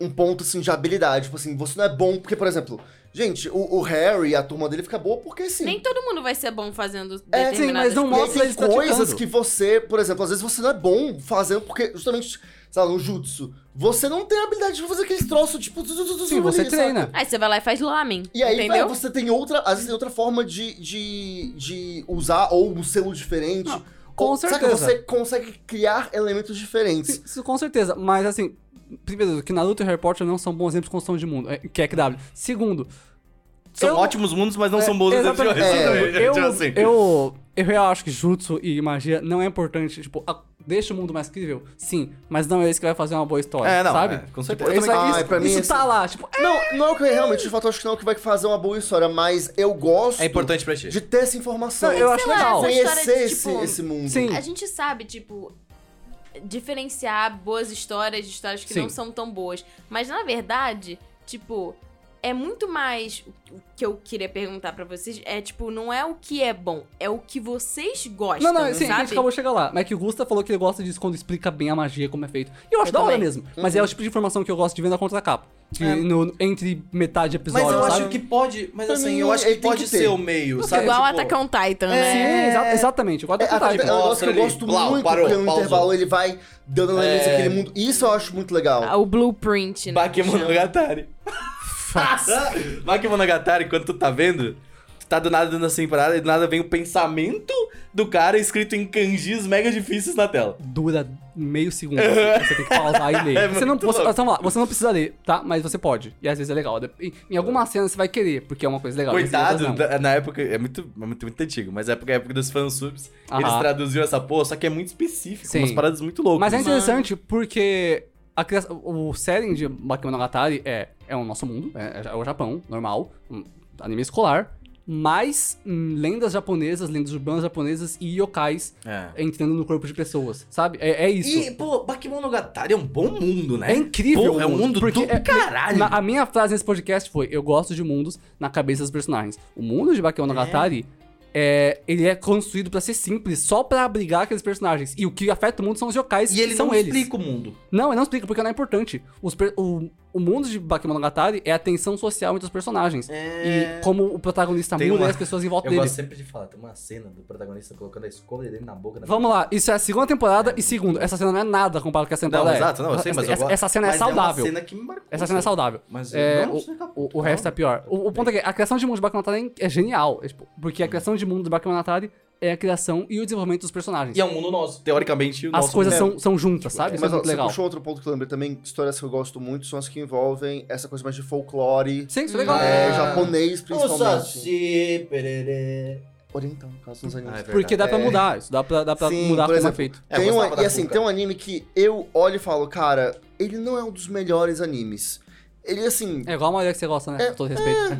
S3: Um ponto, assim, de habilidade. Tipo assim, você não é bom porque, por exemplo, gente, o, o Harry e a turma dele fica boa porque, assim.
S4: Nem todo mundo vai ser bom fazendo
S3: É,
S2: sim, mas
S4: determinadas
S2: não
S3: E
S4: coisas.
S3: aí
S2: mostra
S3: tem
S2: eles
S3: coisas
S2: praticando.
S3: que você, por exemplo, às vezes você não é bom fazendo porque, justamente, sei lá, no jutsu, você não tem habilidade de fazer aqueles troços, tipo... zu, zu, zu, zu,
S2: Sim, você
S3: ali, saca?
S2: treina.
S4: Aí você vai lá e faz lamen,
S3: E aí,
S4: entendeu?
S3: velho, você tem outra, às vezes tem outra forma de, de, de usar, ou um selo diferente.
S2: Não, com
S3: ou, Saca,
S2: certeza.
S3: você consegue criar elementos diferentes.
S2: Sim, isso com certeza, mas assim, primeiro, que Naruto e Harry Potter não são bons exemplos de construção de mundo, é, que é KW. Segundo,
S1: São
S2: eu-
S1: ótimos mundos, mas não
S2: É,
S1: são bons exemplos.
S2: exatamente.
S3: É,
S1: de-
S2: eu,
S1: Tipo assim.
S2: eu, eu, eu acho que jutsu e magia não é importante, tipo, a- deixa o mundo mais crível, sim, mas não é isso que vai fazer uma boa história,
S1: É, não,
S2: sabe?
S1: é, com certeza.
S2: Tipo,
S3: Eu
S2: isso,
S3: também-
S2: isso-
S3: Ah, pra mim
S2: isso
S3: é
S2: tá
S3: assim.
S2: lá, tipo,
S3: Não, não é o que realmente, de fato, eu acho que não é o que vai fazer uma boa história, mas eu gosto
S1: É importante pra ti.
S3: de ter essa informação.
S2: Não, eu acho
S4: lá,
S2: legal.
S4: essa história
S3: Conhecer
S4: de,
S3: esse,
S4: tipo,
S3: esse mundo.
S2: Sim.
S4: A gente sabe, tipo, diferenciar boas histórias de histórias que
S2: Sim.
S4: não são tão boas. Mas na verdade, tipo, é muito mais o que eu queria perguntar pra vocês é tipo, não é o que é bom, é o que vocês gostam,
S2: Não, não, sim, a
S4: sabe?
S2: gente acabou de chegar lá. Mas é que o Gusta falou que ele gosta disso quando explica bem a magia, como é feito. E eu acho
S4: Eu
S2: da hora
S4: também.
S2: mesmo. Mas é o tipo de informação que eu gosto de ver na contracapa. Que no- entre metade do
S1: Mas
S2: episódio,
S1: eu
S2: sabe?
S1: acho que pode. Mas
S3: Pra
S1: assim,
S3: mim,
S1: eu acho que
S3: ele tem
S1: pode
S3: que ter.
S1: ser o meio, sabe?
S4: Igual
S1: Tipo,
S4: atacar um Titan,
S2: Sim,
S4: né?
S2: exa- exatamente. Eu gosto
S3: É,
S2: da
S3: até- é um
S2: contracapa.
S3: negócio que
S1: Mostra
S3: eu gosto
S1: ali, blau,
S3: muito,
S1: parou,
S3: porque no
S1: pausou.
S3: intervalo ele vai dando elementos
S1: É.
S3: daquele mundo. Isso eu acho muito
S2: Ah,
S3: legal.
S4: O
S1: um
S4: blueprint, né? que chama.
S1: Bakemonogatari. Bakemonogatari, enquanto tu tá vendo, tu tá do nada dando assim parada e do nada vem o pensamento do cara escrito em kanjis mega difíceis na tela.
S2: Dura meio segundo. você tem que pausar e ler.
S1: É
S2: você, não,
S1: muito
S2: você,
S1: louco.
S2: vamos lá, você não precisa ler, tá? Mas você pode. E às vezes é legal. Em, em algumas cenas você vai querer, porque é uma coisa legal.
S1: Coitado,
S2: Não.
S1: da- na época, é muito, é muito, muito antigo, mas na época, na época dos fansubs,
S2: Aham.
S1: eles traduziam essa porra, só que é muito específico,
S2: Sim.
S1: umas paradas muito loucas.
S2: Mas é interessante porque a criação- o setting de Bakemonogatari é, é o nosso mundo, é, é o Japão, normal, um anime escolar, mas hum, lendas japonesas, lendas urbanas japonesas e yokais
S1: É.
S2: entrando no corpo de pessoas, sabe? É, é isso.
S1: E, pô, Bakemonogatari é um bom mundo, né?
S2: É incrível
S1: Porra, é
S2: o
S1: um mundo
S2: porque
S1: do
S2: é-
S1: caralho.
S2: na- a minha frase nesse podcast foi: Eu gosto de mundos na cabeça dos personagens. O mundo de Bakemonogatari é. ele é construído pra ser simples, só pra abrigar aqueles personagens. E o que afeta o mundo são os yokais,
S1: E ele
S2: que são
S1: não
S2: eles.
S1: explica o mundo.
S2: Não, ele não explica porque não é importante. Os per- o, o mundo de Bakemonogatari é a tensão social entre os personagens. E como o protagonista
S1: É. Tem
S2: muda
S1: uma-
S2: e as pessoas em volta
S1: Eu
S2: dele.
S1: gosto sempre de falar, tem uma cena do protagonista colocando a escova dele na boca da
S2: Vamos lá, isso é a segunda temporada e segundo, essa cena não é nada comparado com essa
S1: Não,
S2: temporada.
S1: exato, não, eu sei, mas eu
S2: essa,
S1: gosto.
S2: essa cena é
S1: Mas
S2: saudável.
S1: uma cena que me marcou. assim.
S2: Essa cena é saudável.
S1: Mas
S2: É,
S1: não,
S2: o-
S1: isso é capaz.
S2: O, o resto é pior. O, o ponto é que a criação de mundo de Bakemonogatari é genial. é, tipo, porque a criação de mundo de Bakemonogatari é a criação e o desenvolvimento dos personagens.
S1: E é um mundo nosso, teoricamente.
S4: um
S1: O
S2: As
S1: nosso
S2: coisas
S1: mundo.
S2: são, são juntas, sabe? Isso é
S3: Mas ó,
S2: muito
S3: você
S2: legal.
S3: puxou outro ponto que eu lembrei também, histórias que eu gosto muito são as que envolvem essa coisa mais de folclore,
S2: Sim, isso é legal.
S3: é,
S1: Ah.
S3: japonês principalmente.
S1: saci, pererê.
S3: Oriental, no caso dos animais.
S2: Porque dá pra
S3: É.
S2: mudar. Isso dá pra, dá pra
S3: Sim,
S2: mudar
S3: por
S2: como é
S3: exemplo,
S2: feito.
S1: Ah, É,
S3: tem
S1: eu
S3: um,
S1: gostava da
S3: e assim,
S1: Cuca.
S3: tem um anime que eu olho e falo, cara, ele não é um dos melhores animes. Ele, assim,
S2: É igual a maioria que você gosta, né? Com todo respeito.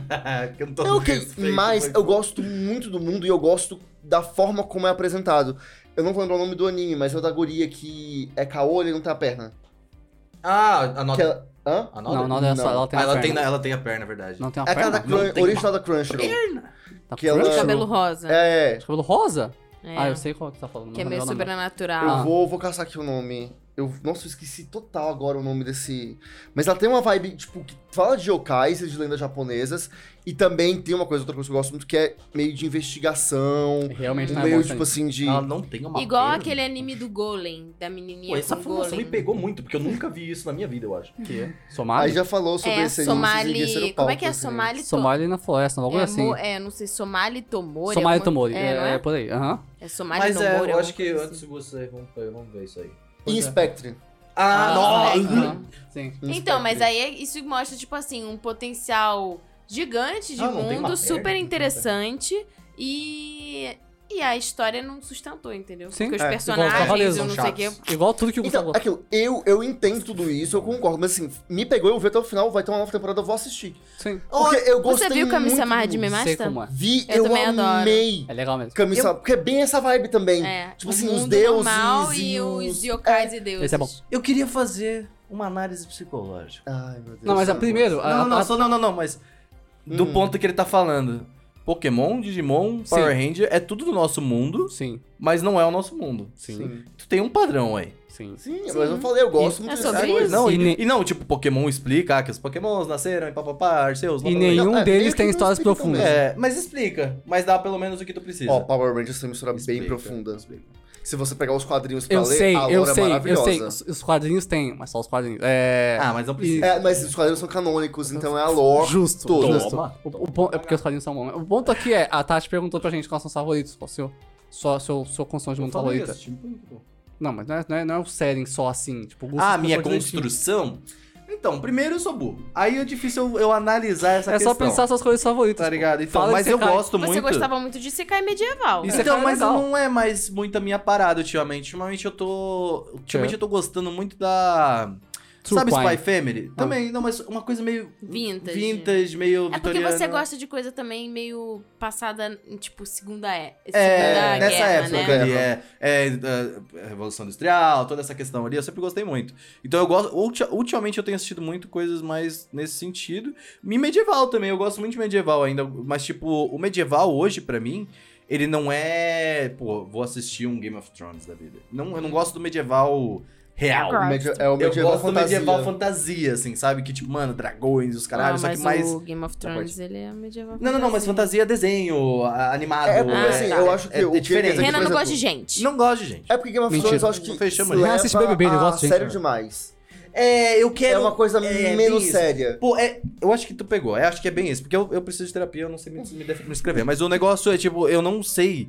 S1: que eu não tô
S3: É ok,
S1: respeito,
S3: mas
S1: mas-
S3: eu gosto muito do mundo e eu gosto da forma como é apresentado. Eu não vou lembrar o nome do anime, mas é o da guria que é caolho e não tem a perna.
S1: Ah, a
S3: Que
S1: nota.
S3: ela... Hã?
S1: A
S2: Não,
S1: nota?
S2: não, ela, só- ela tem
S1: Ah,
S2: a
S1: ela
S2: perna.
S1: tem, na- ela tem a perna, é verdade.
S2: Não tem uma
S3: É aquela
S2: perna? Tá
S3: da Crun-
S1: tem.
S3: original da
S2: Da
S3: Crunchyroll. que ela-
S4: De
S2: Crunchyroll?
S4: cabelo rosa.
S3: É,
S2: De cabelo rosa?
S4: É.
S2: Ah, eu sei qual que tá falando.
S4: Que é
S2: não
S4: meio
S2: vou lembrar o nome.
S4: sobrenatural.
S3: eu
S2: Ah.
S3: vou, vou caçar aqui o nome. Eu, nossa, eu esqueci total agora o nome desse... Mas ela tem uma vibe, tipo, que fala de yokais e de lendas japonesas. E também tem uma coisa, outra coisa que eu gosto muito, que é meio de investigação.
S2: Realmente não é
S3: meio,
S2: bom.
S3: tipo assim, de...
S1: Ela não tem uma
S4: Igual
S1: perna.
S4: aquele anime do Golem, da menininha
S1: Pô, é essa
S4: com
S1: formação me
S4: Golem.
S1: pegou muito, porque eu nunca vi isso na minha vida, eu acho.
S3: assim, Aí
S2: Somali?
S3: já falou sobre
S4: É,
S3: esse anime. vocês enriqueceram
S4: Somali...
S3: o
S4: Como é
S3: palco,
S4: que é?
S3: assim.
S4: Somali... to-
S2: Somali na floresta, logo
S4: É,
S2: assim.
S4: mo- é, não sei, Somali Tomori.
S2: Somali
S4: alguma-
S2: Tomori.
S4: É, não
S2: É, é
S4: é?
S2: por aí. Aham.
S4: É Somali
S1: mas
S4: Tomori.
S1: é, eu
S4: alguma
S1: acho que
S4: coisa
S1: antes
S4: assim.
S1: de você, vamos, vamos ver isso aí.
S3: E Spectre.
S1: Ah,
S4: é,
S1: nossa!
S2: Aham. Sim.
S4: Então, mas aí é- isso mostra, tipo assim, um potencial gigante de
S1: Ah, não, tem uma
S4: mundo,
S1: perna,
S4: super
S1: tem uma
S4: interessante e E a história não sustentou, entendeu?
S2: Sim.
S4: Porque os
S3: É, igual os
S4: personagens,
S2: Cavaleiros
S4: eu não
S1: são
S4: sei o quê.
S1: chatos.
S2: Igual tudo que o
S3: Então,
S2: Gustavo.
S3: aquilo, eu, eu entendo tudo isso, eu concordo, mas assim, me pegou, eu vi até o final, vai ter uma nova temporada, eu vou assistir.
S2: Sim.
S3: Porque eu gostei
S4: Você viu Camisa
S3: muito
S4: Mar
S3: do-
S4: de
S2: Sei
S4: Memasta?
S2: como é.
S3: Vi,
S4: Eu
S3: eu,
S4: também adoro.
S3: amei.
S2: É legal mesmo.
S3: Camisa, porque é bem essa vibe também.
S4: É.
S3: Tipo
S4: o
S3: assim, os
S4: mundo
S3: deuses
S4: normal
S3: e
S4: e
S3: os-
S4: os yokais e deuses.
S2: Esse é bom.
S1: Eu queria fazer uma análise psicológica.
S3: Ai, meu Deus. é
S2: Não, mas a
S3: Não.
S2: primeiro. a-
S1: Não, não,
S2: a-
S1: só não, não, não, mas do
S3: Hum.
S1: ponto que ele tá falando. Pokémon, Digimon,
S2: Sim.
S1: Power Ranger é tudo do nosso mundo,
S2: Sim,
S1: mas não é o nosso mundo.
S2: sim,
S1: Tu tem um padrão aí.
S2: sim.
S3: Sim, mas eu falei, eu gosto muito
S4: É
S3: dessa
S4: sobre
S3: coisa.
S4: isso?
S1: Não,
S2: E
S1: e,
S2: ne-
S1: e não, tipo, Pokémon explica ah, que os Pokémons nasceram e papapá, Arceus, blá,
S2: E
S1: blá, blá.
S2: nenhum
S3: Não, é, meio
S2: deles
S3: que
S2: tem
S3: não
S2: histórias
S3: explica
S2: profundas.
S3: também.
S1: É, mas explica, mas dá pelo menos o que tu precisa.
S3: Ó, Power Rangers tem uma história
S1: Explica,
S3: bem profunda.
S1: explica.
S3: Se você pegar os quadrinhos pra
S2: Eu
S3: ler,
S2: sei,
S3: a lore
S2: eu
S3: é
S2: sei, eu
S3: maravilhosa.
S2: sei. Os, os quadrinhos tem, mas só os quadrinhos. É.
S1: Ah, mas não precisa.
S3: É, mas os quadrinhos são canônicos, então é a lore.
S2: Justo,
S3: todos.
S2: justo.
S1: Toma.
S2: O, o ponto é porque os quadrinhos são bons. O ponto aqui é, a Tati perguntou pra gente quais são os favoritos, qual seu, sua, seu, sua construção de mundo favorita. Não, mas não é, não é, não é o série só assim, tipo, o
S1: Ah,
S2: Gusto
S1: minha
S2: ficou direitinho.
S1: construção? Então, primeiro eu sou burro. Aí é difícil eu, eu analisar essa
S2: É
S1: questão.
S2: só pensar suas coisas favoritas.
S1: Tá
S2: pô.
S1: ligado? Então,
S2: Fala de
S1: mas eu
S2: Sekai.
S1: gosto muito.
S4: Você gostava muito de Sekai medieval.
S2: Isso é
S1: Então,
S2: cara
S1: mas
S2: legal.
S1: não é mais muito a minha parada ultimamente. Ultimamente eu tô. Ultimamente
S2: É.
S1: eu tô gostando muito da.
S2: True
S1: Sabe
S2: Crime. Ah.
S1: Spy Family? Também, não, mas uma coisa meio.
S4: Vintage.
S1: Vintage, meio.
S4: É porque você
S1: vitoriana.
S4: gosta de coisa também meio passada, em, tipo, segunda, é, segunda
S1: É,
S4: guerra,
S1: nessa época
S4: né?
S3: né?
S1: ali, é, é, é, Revolução Industrial, toda essa questão ali, eu sempre gostei muito. Então eu gosto, ulti- ultimamente eu tenho assistido muito coisas mais nesse sentido. E medieval também, eu gosto muito de medieval ainda, mas tipo, o medieval hoje pra mim, ele não é, pô, vou assistir um Game of Thrones da vida. Não, eu não gosto do medieval real.
S4: Agora.
S3: O medio- É o
S1: Eu
S3: medieval
S1: gosto do
S3: fantasia.
S1: medieval fantasia, assim, sabe? Que tipo, mano, dragões, os
S4: Ah,
S1: caralhos, só que
S4: mas
S1: mais...
S4: o Game of Thrones,
S1: pode.
S4: ele é medieval.
S1: Não, não, não, mas fantasia é desenho, a- animado.
S3: É, porque
S4: Ah,
S3: assim,
S4: tá.
S3: eu acho que
S1: É- é
S3: o que
S1: diferente.
S3: quer dizer que,
S4: Renan
S3: por
S4: não gosta de
S3: exemplo,
S4: gente.
S1: Não gosto, de gente.
S3: É porque Game of
S2: Mentira.
S3: Thrones eu acho que
S1: Fechamos, né?
S3: se
S2: Ah,
S3: leva
S2: assiste BBB, ele gosta de gente,
S3: sério
S2: né?
S3: demais.
S1: É, eu
S3: É
S1: quero.
S3: uma coisa
S1: é,
S3: menos
S1: bem isso.
S3: séria.
S1: Pô, é, eu acho que tu pegou. Eu acho que é bem isso. Porque eu, eu preciso de terapia, eu não sei me, me, def- me escrever. Mas o negócio é, tipo, eu não sei.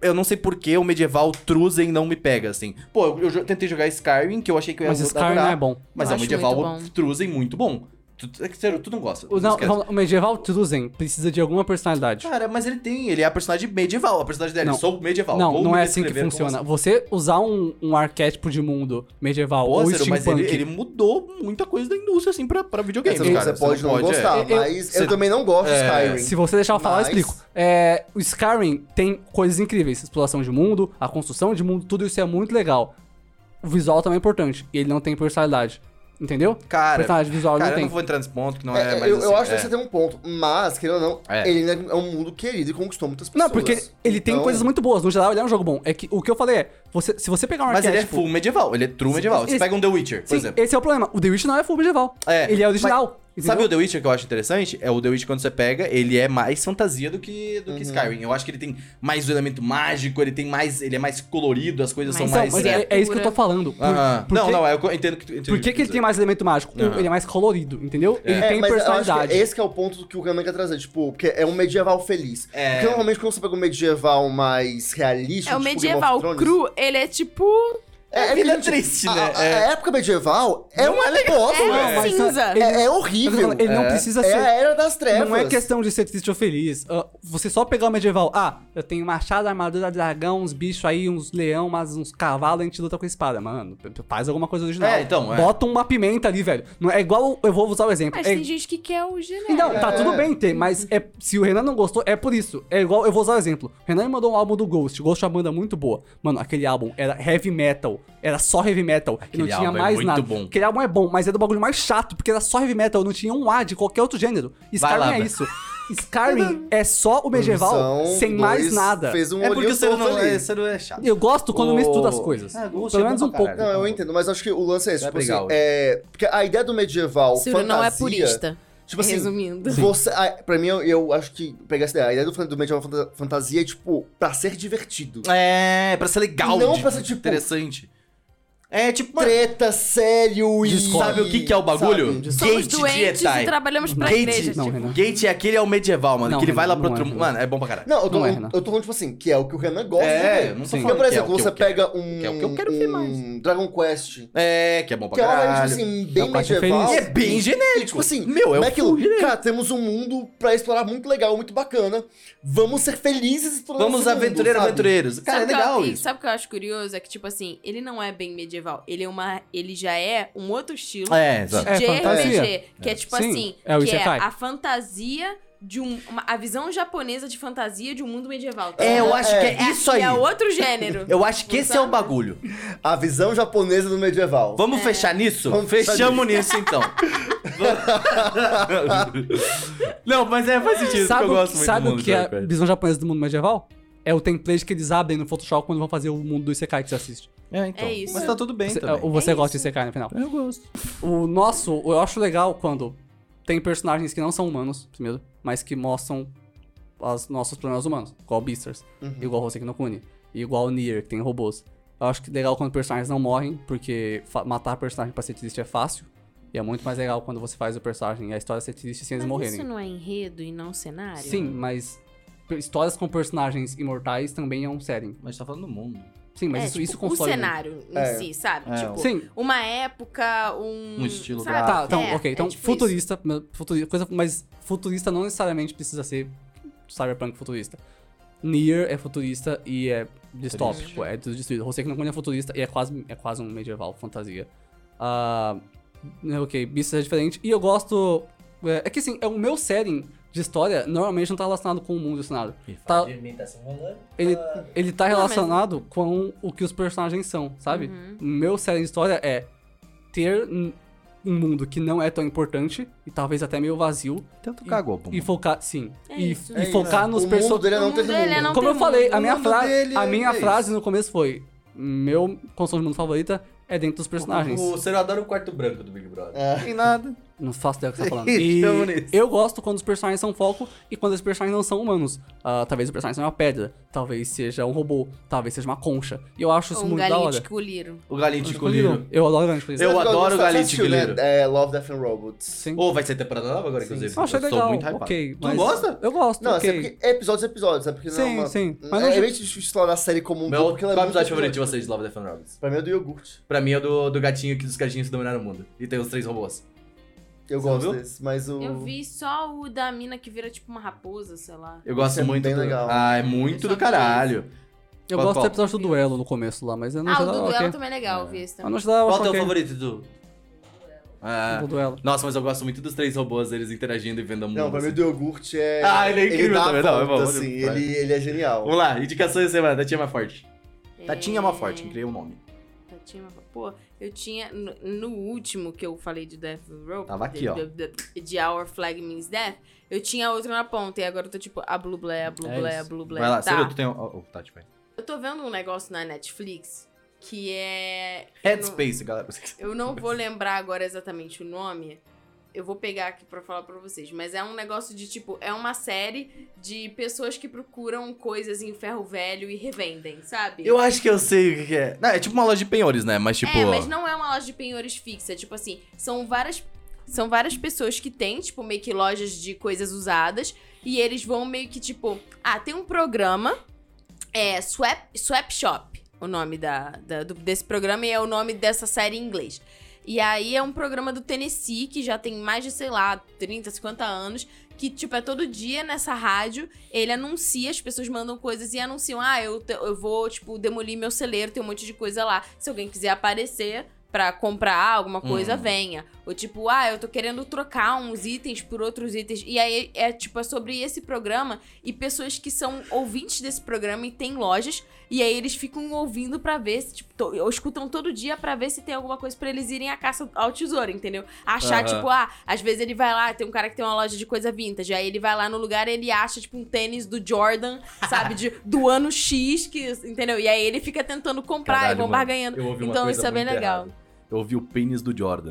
S1: Eu não sei por que o medieval Truzen não me pega, assim. Pô, eu, eu jo- tentei jogar Skyrim, que eu achei que eu ia
S2: Mas
S1: adorar,
S2: Skyrim não é bom.
S1: Mas
S4: Eu
S1: é um
S4: acho
S1: medieval
S4: muito bom.
S1: Truzen muito bom. Tu, tu- é que, sério, tu não gosta.
S2: O, não,
S1: esquece.
S2: vamos lá, o medieval Truzen precisa de alguma personalidade.
S1: Cara, mas ele tem, ele é a personagem medieval. A personagem dele,
S2: Não.
S1: sou medieval.
S2: Não,
S1: Ah, vou
S2: não
S1: me
S2: é assim que
S1: descrever como
S2: funciona.
S1: assim.
S2: Você usar um, um arquétipo de mundo medieval
S1: Pô,
S2: ou
S1: sério, mas
S2: steampunk...
S1: ele, ele mudou muita coisa da indústria, assim, pra, pra videogame,
S3: Você, não-
S1: cara.
S3: você pode não,
S1: é.
S3: gostar,
S2: Eu- eu-
S3: mas eu,
S1: Você-
S3: também não gosto
S1: É.
S3: de
S2: Se
S3: Skyrim.
S2: você deixar eu falar,
S3: Mas-
S2: eu explico. É, o Skyrim tem coisas incríveis. Exploração de mundo, a construção de mundo, tudo isso é muito legal. O visual também é importante. E ele não tem personalidade. Entendeu?
S1: Cara,
S2: personalidade visual
S1: Cara,
S2: não
S1: eu
S2: tem.
S1: não vou entrar nesse ponto, que não é,
S3: É,
S1: mais
S3: eu, eu
S1: assim,
S3: acho
S1: é.
S3: que você tem um ponto, mas, querendo ou não,
S1: É.
S3: ele ainda é um mundo querido e conquistou muitas pessoas.
S2: Não, porque ele tem
S3: Então,
S2: coisas muito boas. No geral, ele é um jogo bom. É que o que eu falei é, você- se você pegar um
S1: Mas ele é
S2: arquétipo...
S1: full medieval, ele é true medieval. Você
S2: esse-
S1: pega um The Witcher, por
S2: Sim,
S1: exemplo.
S2: esse é o problema. O The Witch não é full medieval.
S1: É,
S2: ele é original.
S1: Sabe
S2: entendeu?
S1: o The Witcher que eu acho interessante? É o The Witcher quando você pega, ele é mais fantasia do que, do que
S2: Uhum.
S1: Skyrim. Eu acho que ele tem mais elemento mágico, ele tem mais. Ele é mais colorido, as coisas
S4: Mas-
S1: são
S2: Então,
S1: mais.
S2: mas
S1: é,
S2: é, é isso que eu tô
S4: criatura.
S2: falando. Por-
S3: Ah,
S1: Aham.
S2: por
S1: não,
S2: que-
S1: não, é, eu entendo que tu entendo
S2: Por que, que ele tem mais elemento mágico? Um,
S1: Aham.
S2: ele é mais colorido, entendeu? Ele
S3: É,
S2: tem
S3: mas eu acho que
S2: personalidade.
S3: Esse que é o ponto que o Renan quer trazer, tipo, porque é um medieval feliz.
S1: É.
S3: Porque normalmente quando você pega um medieval mais realista,
S4: É o
S3: tipo Game of
S4: medieval
S3: Thrones,
S4: cru, ele é tipo.
S3: É, é
S1: Vida
S3: que, gente,
S1: triste,
S3: a-
S1: né?
S3: A, a
S1: É.
S3: época medieval é um negócio,
S4: É,
S1: mas
S3: velho.
S2: não-
S4: cinza.
S2: ele-
S3: É, é
S2: Eu tô falando,
S3: horrível.
S2: Ele não
S1: É.
S2: precisa
S3: É
S2: ser.
S3: a era das trevas.
S2: Não é questão de ser triste ou feliz. Ah, você só pegar o medieval. Ah, eu tenho machado, armadura, dragão, uns bichos aí, uns leão, mas uns cavalos, a gente luta com espada. Mano, p- p- faz alguma coisa original.
S1: É, então, é.
S2: Bota uma pimenta ali, velho. Não é igual. Eu vou usar o exemplo.
S4: Mas
S2: É-
S4: tem gente que quer o genérico.
S2: Então, tá
S3: É.
S2: tudo bem ter, mas é, se o Renan não gostou, é por isso. É igual, eu vou usar o exemplo. O Renan me mandou um álbum do Ghost. Ghost é uma banda muito boa. Mano, aquele álbum era heavy metal. Era só heavy metal. e
S1: Aquele
S2: não tinha
S1: álbum é
S2: mais
S1: muito
S2: nada.
S1: bom.
S2: Aquele álbum é bom, mas é do bagulho mais chato, porque era só heavy metal. Não tinha um A de qualquer outro gênero.
S1: Vai
S2: Skyrim
S1: lá,
S2: é
S1: velho.
S2: isso. Skyrim é só o medieval
S3: Produção,
S2: sem mais
S3: dois,
S2: nada.
S3: Fez um
S1: É porque
S3: olhinho
S1: o ser
S3: torto
S1: humano
S3: ali.
S1: é, ser humano é chato.
S2: Eu gosto quando
S1: O-
S2: mistura as coisas.
S1: É, Ghost
S2: Pelo
S1: é
S2: menos
S1: bom
S2: um
S1: pra
S2: pouco.
S1: caralho.
S3: Não, eu entendo, mas acho que o lance é esse,
S1: É
S3: tipo
S1: legal.
S3: assim, é... Porque a ideia do medieval
S4: Ciro
S3: fantasia...
S4: não é purista.
S3: Tipo assim,
S4: resumindo.
S3: Você, a- pra mim, eu, eu acho que pegar essa ideia. A ideia do, fan- do medieval fanta- fantasia é, tipo, pra ser divertido.
S1: É, pra ser legal,
S3: Não
S1: de-
S3: pra ser, tipo,
S1: interessante. É tipo, mano,
S3: Treta, sério e.
S2: Discord.
S1: sabe o que, que é o bagulho?
S3: Sabe?
S4: Somos
S1: Gate
S4: doentes
S1: Jedi.
S4: e trabalhamos pra
S1: Gate-
S4: igreja.
S2: Não,
S4: tipo.
S2: Renan.
S1: Gate é aquele, é o medieval, mano.
S2: Não,
S1: que ele vai lá
S2: não
S1: pro
S2: é,
S1: outro
S2: não.
S1: mundo. Mano, é bom pra caralho.
S3: Não, eu tô,
S2: Não é,
S3: eu,
S2: Renan.
S3: tô falando, tipo assim, que é o que o Renan gosta
S1: É,
S3: de ver.
S1: eu não tô
S2: Sim.
S3: Porque,
S1: falando
S3: por
S1: que é o
S3: exemplo,
S1: que
S3: você
S1: eu quero.
S3: pega um.
S1: Que é o que eu quero ver mais.
S3: um Dragon Quest.
S1: É, que é bom pra
S3: Que é uma parada,
S1: caralho.
S3: tipo assim, bem
S2: Dragon Quest é
S3: medieval.
S1: E é bem genérico.
S3: E, tipo assim,
S1: meu, é
S3: é
S1: o
S3: aquilo.
S1: full genérico.
S3: Cara, temos um mundo pra explorar muito legal, muito bacana. Vamos ser felizes explorando
S1: Vamos
S3: esse mundo,
S1: aventureiro,
S3: sabe?
S1: aventureiros. Cara,
S4: sabe
S1: é
S4: o que eu-
S1: legal
S4: e
S1: isso.
S4: Sabe o que eu acho curioso? É que, tipo assim, ele não é bem medieval. Ele é uma. Ele já é um outro estilo
S1: É, exato.
S2: É,
S4: de
S2: fantasia.
S4: RPG. Que é tipo
S2: Sim,
S4: assim,
S2: é o
S4: que é
S2: Isekai.
S4: a fantasia de um. uma- a visão japonesa de fantasia de um mundo medieval. tá
S1: É,
S4: ligado?
S1: eu acho que é
S4: É-
S1: isso aí.
S4: É outro gênero.
S1: Eu acho que esse é o
S4: Sabe? É.
S1: bagulho.
S3: A visão japonesa do medieval.
S1: Vamos fechar nisso?
S3: Vamos fechar
S1: Fechamos nisso, então. Não, mas é, faz sentido,
S2: Sabe,
S1: porque eu
S2: o-
S1: gosto muito
S2: sabe
S1: do
S2: o
S1: mundo
S2: que é
S1: Dragon
S2: a
S1: Quest.
S2: visão japonesa do mundo medieval? É o template que eles abrem no Photoshop quando vão fazer o mundo do Isekai que você assiste.
S1: É, então.
S4: É isso.
S1: Mas tá tudo bem
S2: Você-
S1: também.
S2: ou você
S4: É
S2: gosta
S4: isso.
S2: de Isekai no final.
S1: Eu gosto.
S2: O nosso, eu acho legal quando tem personagens que não são humanos, primeiro, mas que mostram os nossos problemas humanos, igual Beasters,
S4: Uhum.
S2: igual Hoseki no Kuni, igual Nier, que tem robôs. Eu acho que legal quando personagens não morrem, porque fa- matar personagem pra ser triste é fácil. E é muito mais legal quando você faz o personagem e a história ser triste sem eles
S4: Mas
S2: morrerem.
S4: isso não é enredo e não cenário?
S2: Sim, mas p- histórias com personagens imortais também é um setting.
S1: Mas tá falando do mundo.
S2: Sim, mas
S4: é,
S2: isso,
S4: tipo,
S2: isso
S4: o
S2: constrói. muito.
S4: cenário em
S3: É.
S4: si, sabe?
S1: É,
S4: tipo,
S2: Sim.
S4: uma época, um.
S1: Um estilo
S4: sabe?
S1: gráfico.
S2: Tá, então,
S4: É,
S2: ok.
S4: é
S2: Então,
S4: tipo isso.
S2: futurista, mas futuri- coisa, mas futurista não necessariamente precisa ser cyberpunk futurista. Nier é futurista e é distópico, é tudo destruído. Hoseki no Kuni é futurista e é quase, é quase um medieval, fantasia. Ah, né, ok, Beasts é diferente. E eu gosto... É, é que assim, é o meu setting de história normalmente não tá relacionado com o mundo do cenário. Tá, ele,
S3: Ah.
S2: ele tá
S4: Não, mas-
S2: relacionado com o que os personagens são, sabe?
S4: Uhum.
S2: O meu série de história é ter um um mundo que não é tão importante e talvez até meio vazio
S1: Tanto
S2: e-
S1: cagou, pô.
S2: e focar, sim,
S4: É
S2: e,
S4: isso.
S2: e
S3: É isso.
S2: focar nos
S3: O mundo
S2: personagens.
S3: dele é
S4: O
S3: não
S4: mundo
S3: ter
S4: dele é
S3: mundo.
S4: não
S2: Como eu
S4: tem
S2: falei,
S4: mundo.
S2: a minha,
S3: mundo
S2: fra-
S3: dele
S2: a
S3: é
S2: minha
S3: isso.
S2: frase no começo foi: meu construção de mundo favorita é dentro dos personagens.
S1: O Cero adora o quarto branco do Big Brother.
S3: É.
S1: Tem nada.
S2: Não faço ideia do que você tá falando.
S1: Ih,
S2: E
S1: tamo nisso.
S2: eu gosto quando os personagens são foco e quando os personagens não são humanos. Ah, talvez o personagem seja uma pedra, talvez seja um robô, talvez seja uma concha. E eu acho isso
S4: Ou um
S2: muito da
S4: galinho de
S2: hora.
S4: colírio.
S1: O Galinho Colino.
S2: Eu adoro Galinho de Colírio.
S1: Eu
S3: Você
S1: adoro
S3: você
S1: Galinha
S3: assistiu,
S1: de
S3: né?
S1: Glitter.
S3: É, Love, Death and Robots.
S2: Sim.
S1: Ou vai ser temporada nova agora,
S3: Sim.
S1: inclusive.
S2: Eu achei
S1: tô
S2: legal.
S1: muito hypado.
S2: ok.
S1: Tu
S2: mas
S1: gosta?
S2: Eu gosto,
S3: Não,
S2: ok.
S3: assim, porque episódios, episódios, é porque não é
S2: Sim,
S3: uma...
S2: sim. Mas
S3: Mas
S2: não-
S3: é meio difícil falar da série como um
S1: Meu,
S3: todo,
S1: qual
S3: porque
S1: é
S3: ela é
S1: o
S3: muito
S1: episódio favorito de
S3: episódio.
S1: vocês de Love, Death and Robots?
S3: Pra mim é do iogurte.
S1: Pra mim é o do, do gatinho que dos gatinhos que dominaram o mundo. E tem os três robôs.
S3: Eu
S1: Você
S3: gosto
S1: viu?
S3: desse, mas o...
S4: Eu vi só o da mina que vira tipo uma raposa, sei lá.
S1: Eu gosto
S3: Isso é
S1: muito
S3: bem
S1: do...
S3: legal.
S1: Ah, é muito
S4: Isso
S1: do
S4: é
S1: caralho.
S2: Eu
S1: Qual-
S2: gosto
S1: qual?
S2: do episódio do duelo no começo lá, mas eu não
S4: Ah,
S2: sei
S4: o do
S2: lá,
S4: duelo
S2: ok.
S4: também é legal, vi esse
S2: Eu
S4: também.
S2: não sei lá, eu
S1: Qual
S2: acho
S1: é o teu
S2: ok.
S1: favorito, Dudu? Ah,
S2: do duelo.
S1: nossa, mas eu gosto muito dos três robôs, eles interagindo e vendo o mundo.
S3: Não, pra mim o
S1: assim.
S3: do iogurte é...
S1: Ah, ele é incrível
S3: dá a
S1: também, não, é
S3: volta,
S1: bom,
S3: assim,
S1: vai.
S3: ele, ele é genial.
S1: Vamos lá, indicações da semana, Tatinha Mais Forte.
S4: É...
S1: Tatinha Mais Forte, criei o nome.
S4: Tatinha Maforte. Pô, eu tinha. No, no último que eu falei de Death Row.
S1: Tava aqui,
S4: de,
S1: ó.
S4: De, de- de Our Flag Means Death. Eu tinha outro na ponta. E agora eu tô tipo, a Blue Blé, a Blue
S1: É
S4: Blé, a
S1: isso.
S4: Blue Blé.
S1: Vai lá,
S4: tá.
S1: sério, tu tem... Oh, oh, Tati, vai.
S4: Eu tô vendo um negócio na Netflix que é. eu não-
S1: Headspace, galera.
S4: Eu não vou lembrar agora exatamente o nome. Eu vou pegar aqui pra falar pra vocês, mas é um negócio de tipo, é uma série de pessoas que procuram coisas em ferro velho e revendem, sabe?
S1: Eu acho que eu sei o que que é. Não, é tipo uma loja de penhores, né? Mas tipo...
S4: É, mas não é uma loja de penhores fixa, tipo assim, são várias são várias pessoas que têm, tipo, meio que lojas de coisas usadas e eles vão meio que tipo, ah, tem um programa é Swap, Swap Shop, o nome da, da- do- desse programa e é o nome dessa série em inglês. E aí é um programa do Tennessee que já tem mais de, sei lá, 30, 50 anos, que tipo é todo dia nessa rádio ele anuncia, as pessoas mandam coisas e anunciam: ah, eu, te- eu vou, tipo, demolir meu celeiro, tem um monte de coisa lá. Se alguém quiser aparecer pra comprar alguma coisa,
S1: Hum.
S4: venha. Ou tipo, ah, eu tô querendo trocar uns itens por outros itens. E aí é tipo é sobre esse programa e pessoas que são ouvintes desse programa e têm lojas. E aí eles ficam ouvindo pra ver se, tipo, to- ou escutam todo dia pra ver se tem alguma coisa pra eles irem à caça ao tesouro, entendeu? Achar,
S1: Aham.
S4: tipo, ah, às vezes ele vai lá, tem um cara que tem uma loja de coisa vintage, aí ele vai lá no lugar ele acha, tipo, um tênis do Jordan, sabe, de- do ano X, que, entendeu? E aí ele fica tentando comprar
S1: Caralho,
S4: e vão
S1: mano,
S4: barganhando.
S1: Eu ouvi uma
S4: Então
S1: coisa
S4: isso é bem
S1: muito
S4: legal.
S1: errada. Eu ouvi o pênis do Jordan.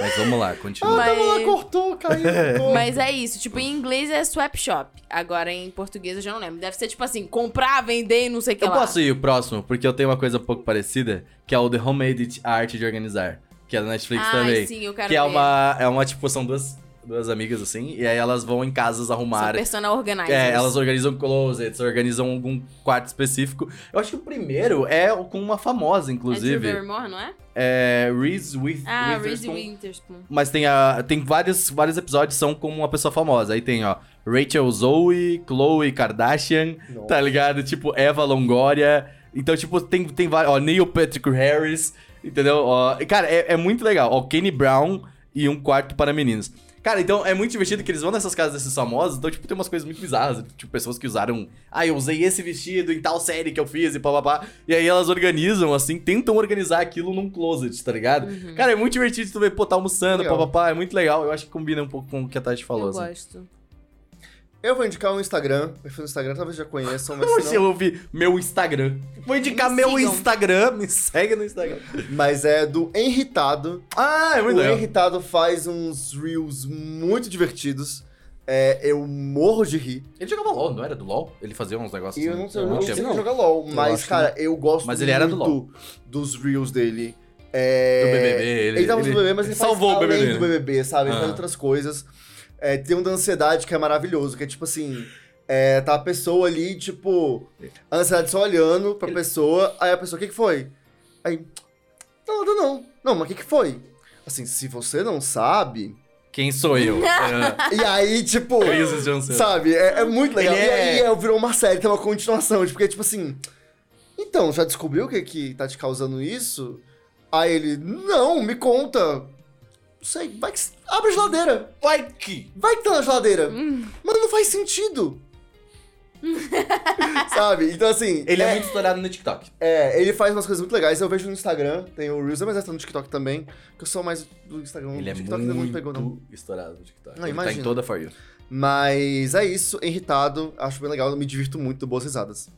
S1: Mas vamos lá, continua.
S4: Mas-
S3: Ela cortou, caiu. cortou.
S4: Mas é isso, tipo, em inglês é swap shop. Agora em português eu já não lembro. Deve ser tipo assim, comprar, vender e não sei o que
S1: Eu
S4: lá.
S1: posso ir o próximo, porque eu tenho uma coisa um pouco parecida, que é o The Homemade It, a arte de organizar, que é da Netflix
S4: Ai,
S1: também.
S4: sim, eu quero
S1: que é
S4: ver.
S1: uma, é uma, tipo, são duas, duas amigas assim, e aí elas vão em casas
S4: São
S1: arrumar.
S4: personal organizers.
S1: É, elas organizam closets, organizam algum quarto específico. Eu acho que o primeiro é com uma famosa,
S4: É Drew
S1: inclusive.
S4: Barrymore, não é?
S1: É Reese with
S4: Ah, Reese
S1: Witherspoon.
S4: Witherspoon.
S1: Mas tem a. Tem vários, vários episódios que são com uma pessoa famosa. Aí tem, ó, Rachel Zoe, Chloe Kardashian,
S3: Nossa.
S1: tá ligado? Tipo, Eva Longoria. Então, tipo, tem, tem vários. Ó, Neil Patrick Harris, entendeu? Ó, e, cara, é, é muito legal. Ó, Kenny Brown e um quarto para meninos. Cara, então é muito divertido que eles vão nessas casas desses famosos, então, tipo, tem umas coisas muito bizarras. Tipo, pessoas que usaram. Ah, eu usei esse vestido em tal série que eu fiz e papapá. E aí elas organizam, assim, tentam organizar aquilo num closet, tá ligado?
S4: Uhum.
S1: Cara, é muito divertido tu ver, pô, tá almoçando,
S3: Legal.
S1: papapá, é muito legal. Eu acho que combina um pouco com o que a Tati falou,
S4: Eu
S1: assim.
S4: gosto.
S3: Eu vou indicar um Instagram. Perfil do Instagram, talvez já conheçam, mas.
S1: Hoje
S3: se
S1: eu ouvi meu Instagram. Vou indicar
S4: Me
S1: meu
S4: sigam.
S1: Instagram, me segue no Instagram.
S3: não- Mas é do Enritado.
S1: Ah, é muito
S3: o
S1: legal.
S3: Enritado faz uns reels muito divertidos. É, eu morro de rir.
S1: Ele jogava LOL, não era do LOL? Ele fazia uns negócios
S3: E eu não sei, eu
S1: há
S3: não
S1: muito
S3: sei
S1: tempo.
S3: jogar LOL, mas,
S1: acho que
S3: cara, eu gosto
S1: Mas ele era do
S3: muito
S1: LOL.
S3: dos reels dele. É,
S1: Do BBB, ele-
S3: Ele tava
S1: ele-
S3: no BBB, mas
S1: ele
S3: ele
S1: salvou o
S3: salvou faz além
S1: BBB,
S3: do
S1: né?
S3: BBB, sabe? Ele
S1: Ah.
S3: faz outras coisas. É, tem um da ansiedade que é maravilhoso, que é tipo assim... é, tá a pessoa ali, tipo... A ansiedade só olhando pra pessoa, aí a pessoa, o que que foi? Aí... Não, nada não. Não, mas o que que foi? Assim, se você não sabe...
S1: Quem sou eu? É,
S3: E aí, tipo...
S1: Crises de ansiedade.
S3: Sabe? É, é muito legal.
S1: Ele
S3: e
S1: é-
S3: aí é, virou uma série, tem uma continuação. Tipo, porque, tipo assim. Então, já descobriu o que, que tá te causando isso? Aí ele, não, me conta. Não sei, vai que. Abre a geladeira.
S1: Vai que...
S3: Vai que tá na geladeira. Mas não faz sentido. Sabe? Então, assim.
S1: Ele é. muito estourado no TikTok.
S3: é, ele faz umas coisas muito legais. Eu vejo no Instagram, tem o Reels, mas essa no TikTok também. Que eu sou mais do Instagram.
S1: Ele é
S3: o TikTok ainda
S1: muito
S3: não me pegou, não.
S1: estourado no TikTok.
S3: Não,
S1: ele tá em
S3: imagina.
S1: toda For You.
S3: Mas é isso, irritado. Acho bem legal, me divirto muito, boas risadas.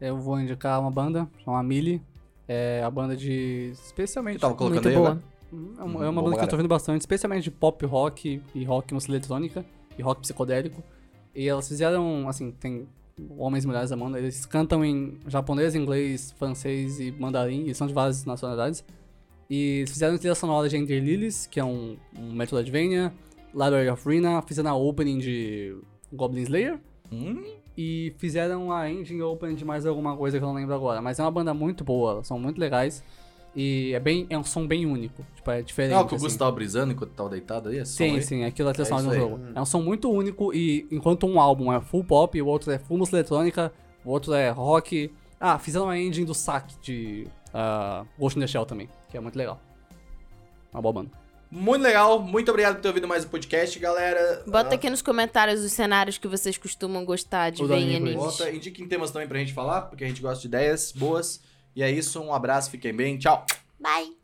S2: Eu vou indicar uma banda, chama Mili. É a banda de. Especialmente.
S1: Eu tava colocando
S4: Muito
S1: aí
S4: boa.
S1: agora.
S2: Hum, É uma,
S1: Hum,
S2: é uma
S1: bom,
S2: banda que eu
S1: galera.
S2: tô vendo bastante, especialmente de pop rock e rock música eletrônica e rock psicodélico. E elas fizeram, assim, tem homens e mulheres da banda, eles cantam em japonês, inglês, francês e mandarim, e são de várias nacionalidades. E eles fizeram trilha sonora de Ender Lilies, que é um, um Metroidvania, Library of Rina, fizeram a opening de Goblin Slayer,
S1: Hum,
S2: e fizeram a Engine Open de mais alguma coisa que eu não lembro agora. Mas é uma banda muito boa, elas são muito legais. E é bem. É um som bem único. Tipo, é diferente.
S1: ah, o que o
S2: assim.
S1: Gusto tava brisando enquanto tava deitado aí? É som
S2: Sim,
S1: aí?
S2: sim, aquilo é a trilha
S1: É
S2: sonora
S1: isso
S2: de um
S1: aí.
S2: jogo. É um som muito único e enquanto um álbum é full pop, o outro é full música eletrônica, o outro é rock. Ah, fizeram a engine do saque de ah, Ghost in the Shell também, que é muito legal. Uma boa banda.
S1: Muito legal. Muito obrigado por ter ouvido mais o podcast, galera. Ah,
S4: Bota aqui nos comentários os cenários que vocês costumam gostar de
S2: O
S4: ver
S2: da
S4: em
S2: Nicolas.
S4: animes.
S1: Bota, indiquem temas também pra gente falar, porque a gente gosta de ideias boas. E é isso, um abraço, fiquem bem, tchau!
S4: Bye!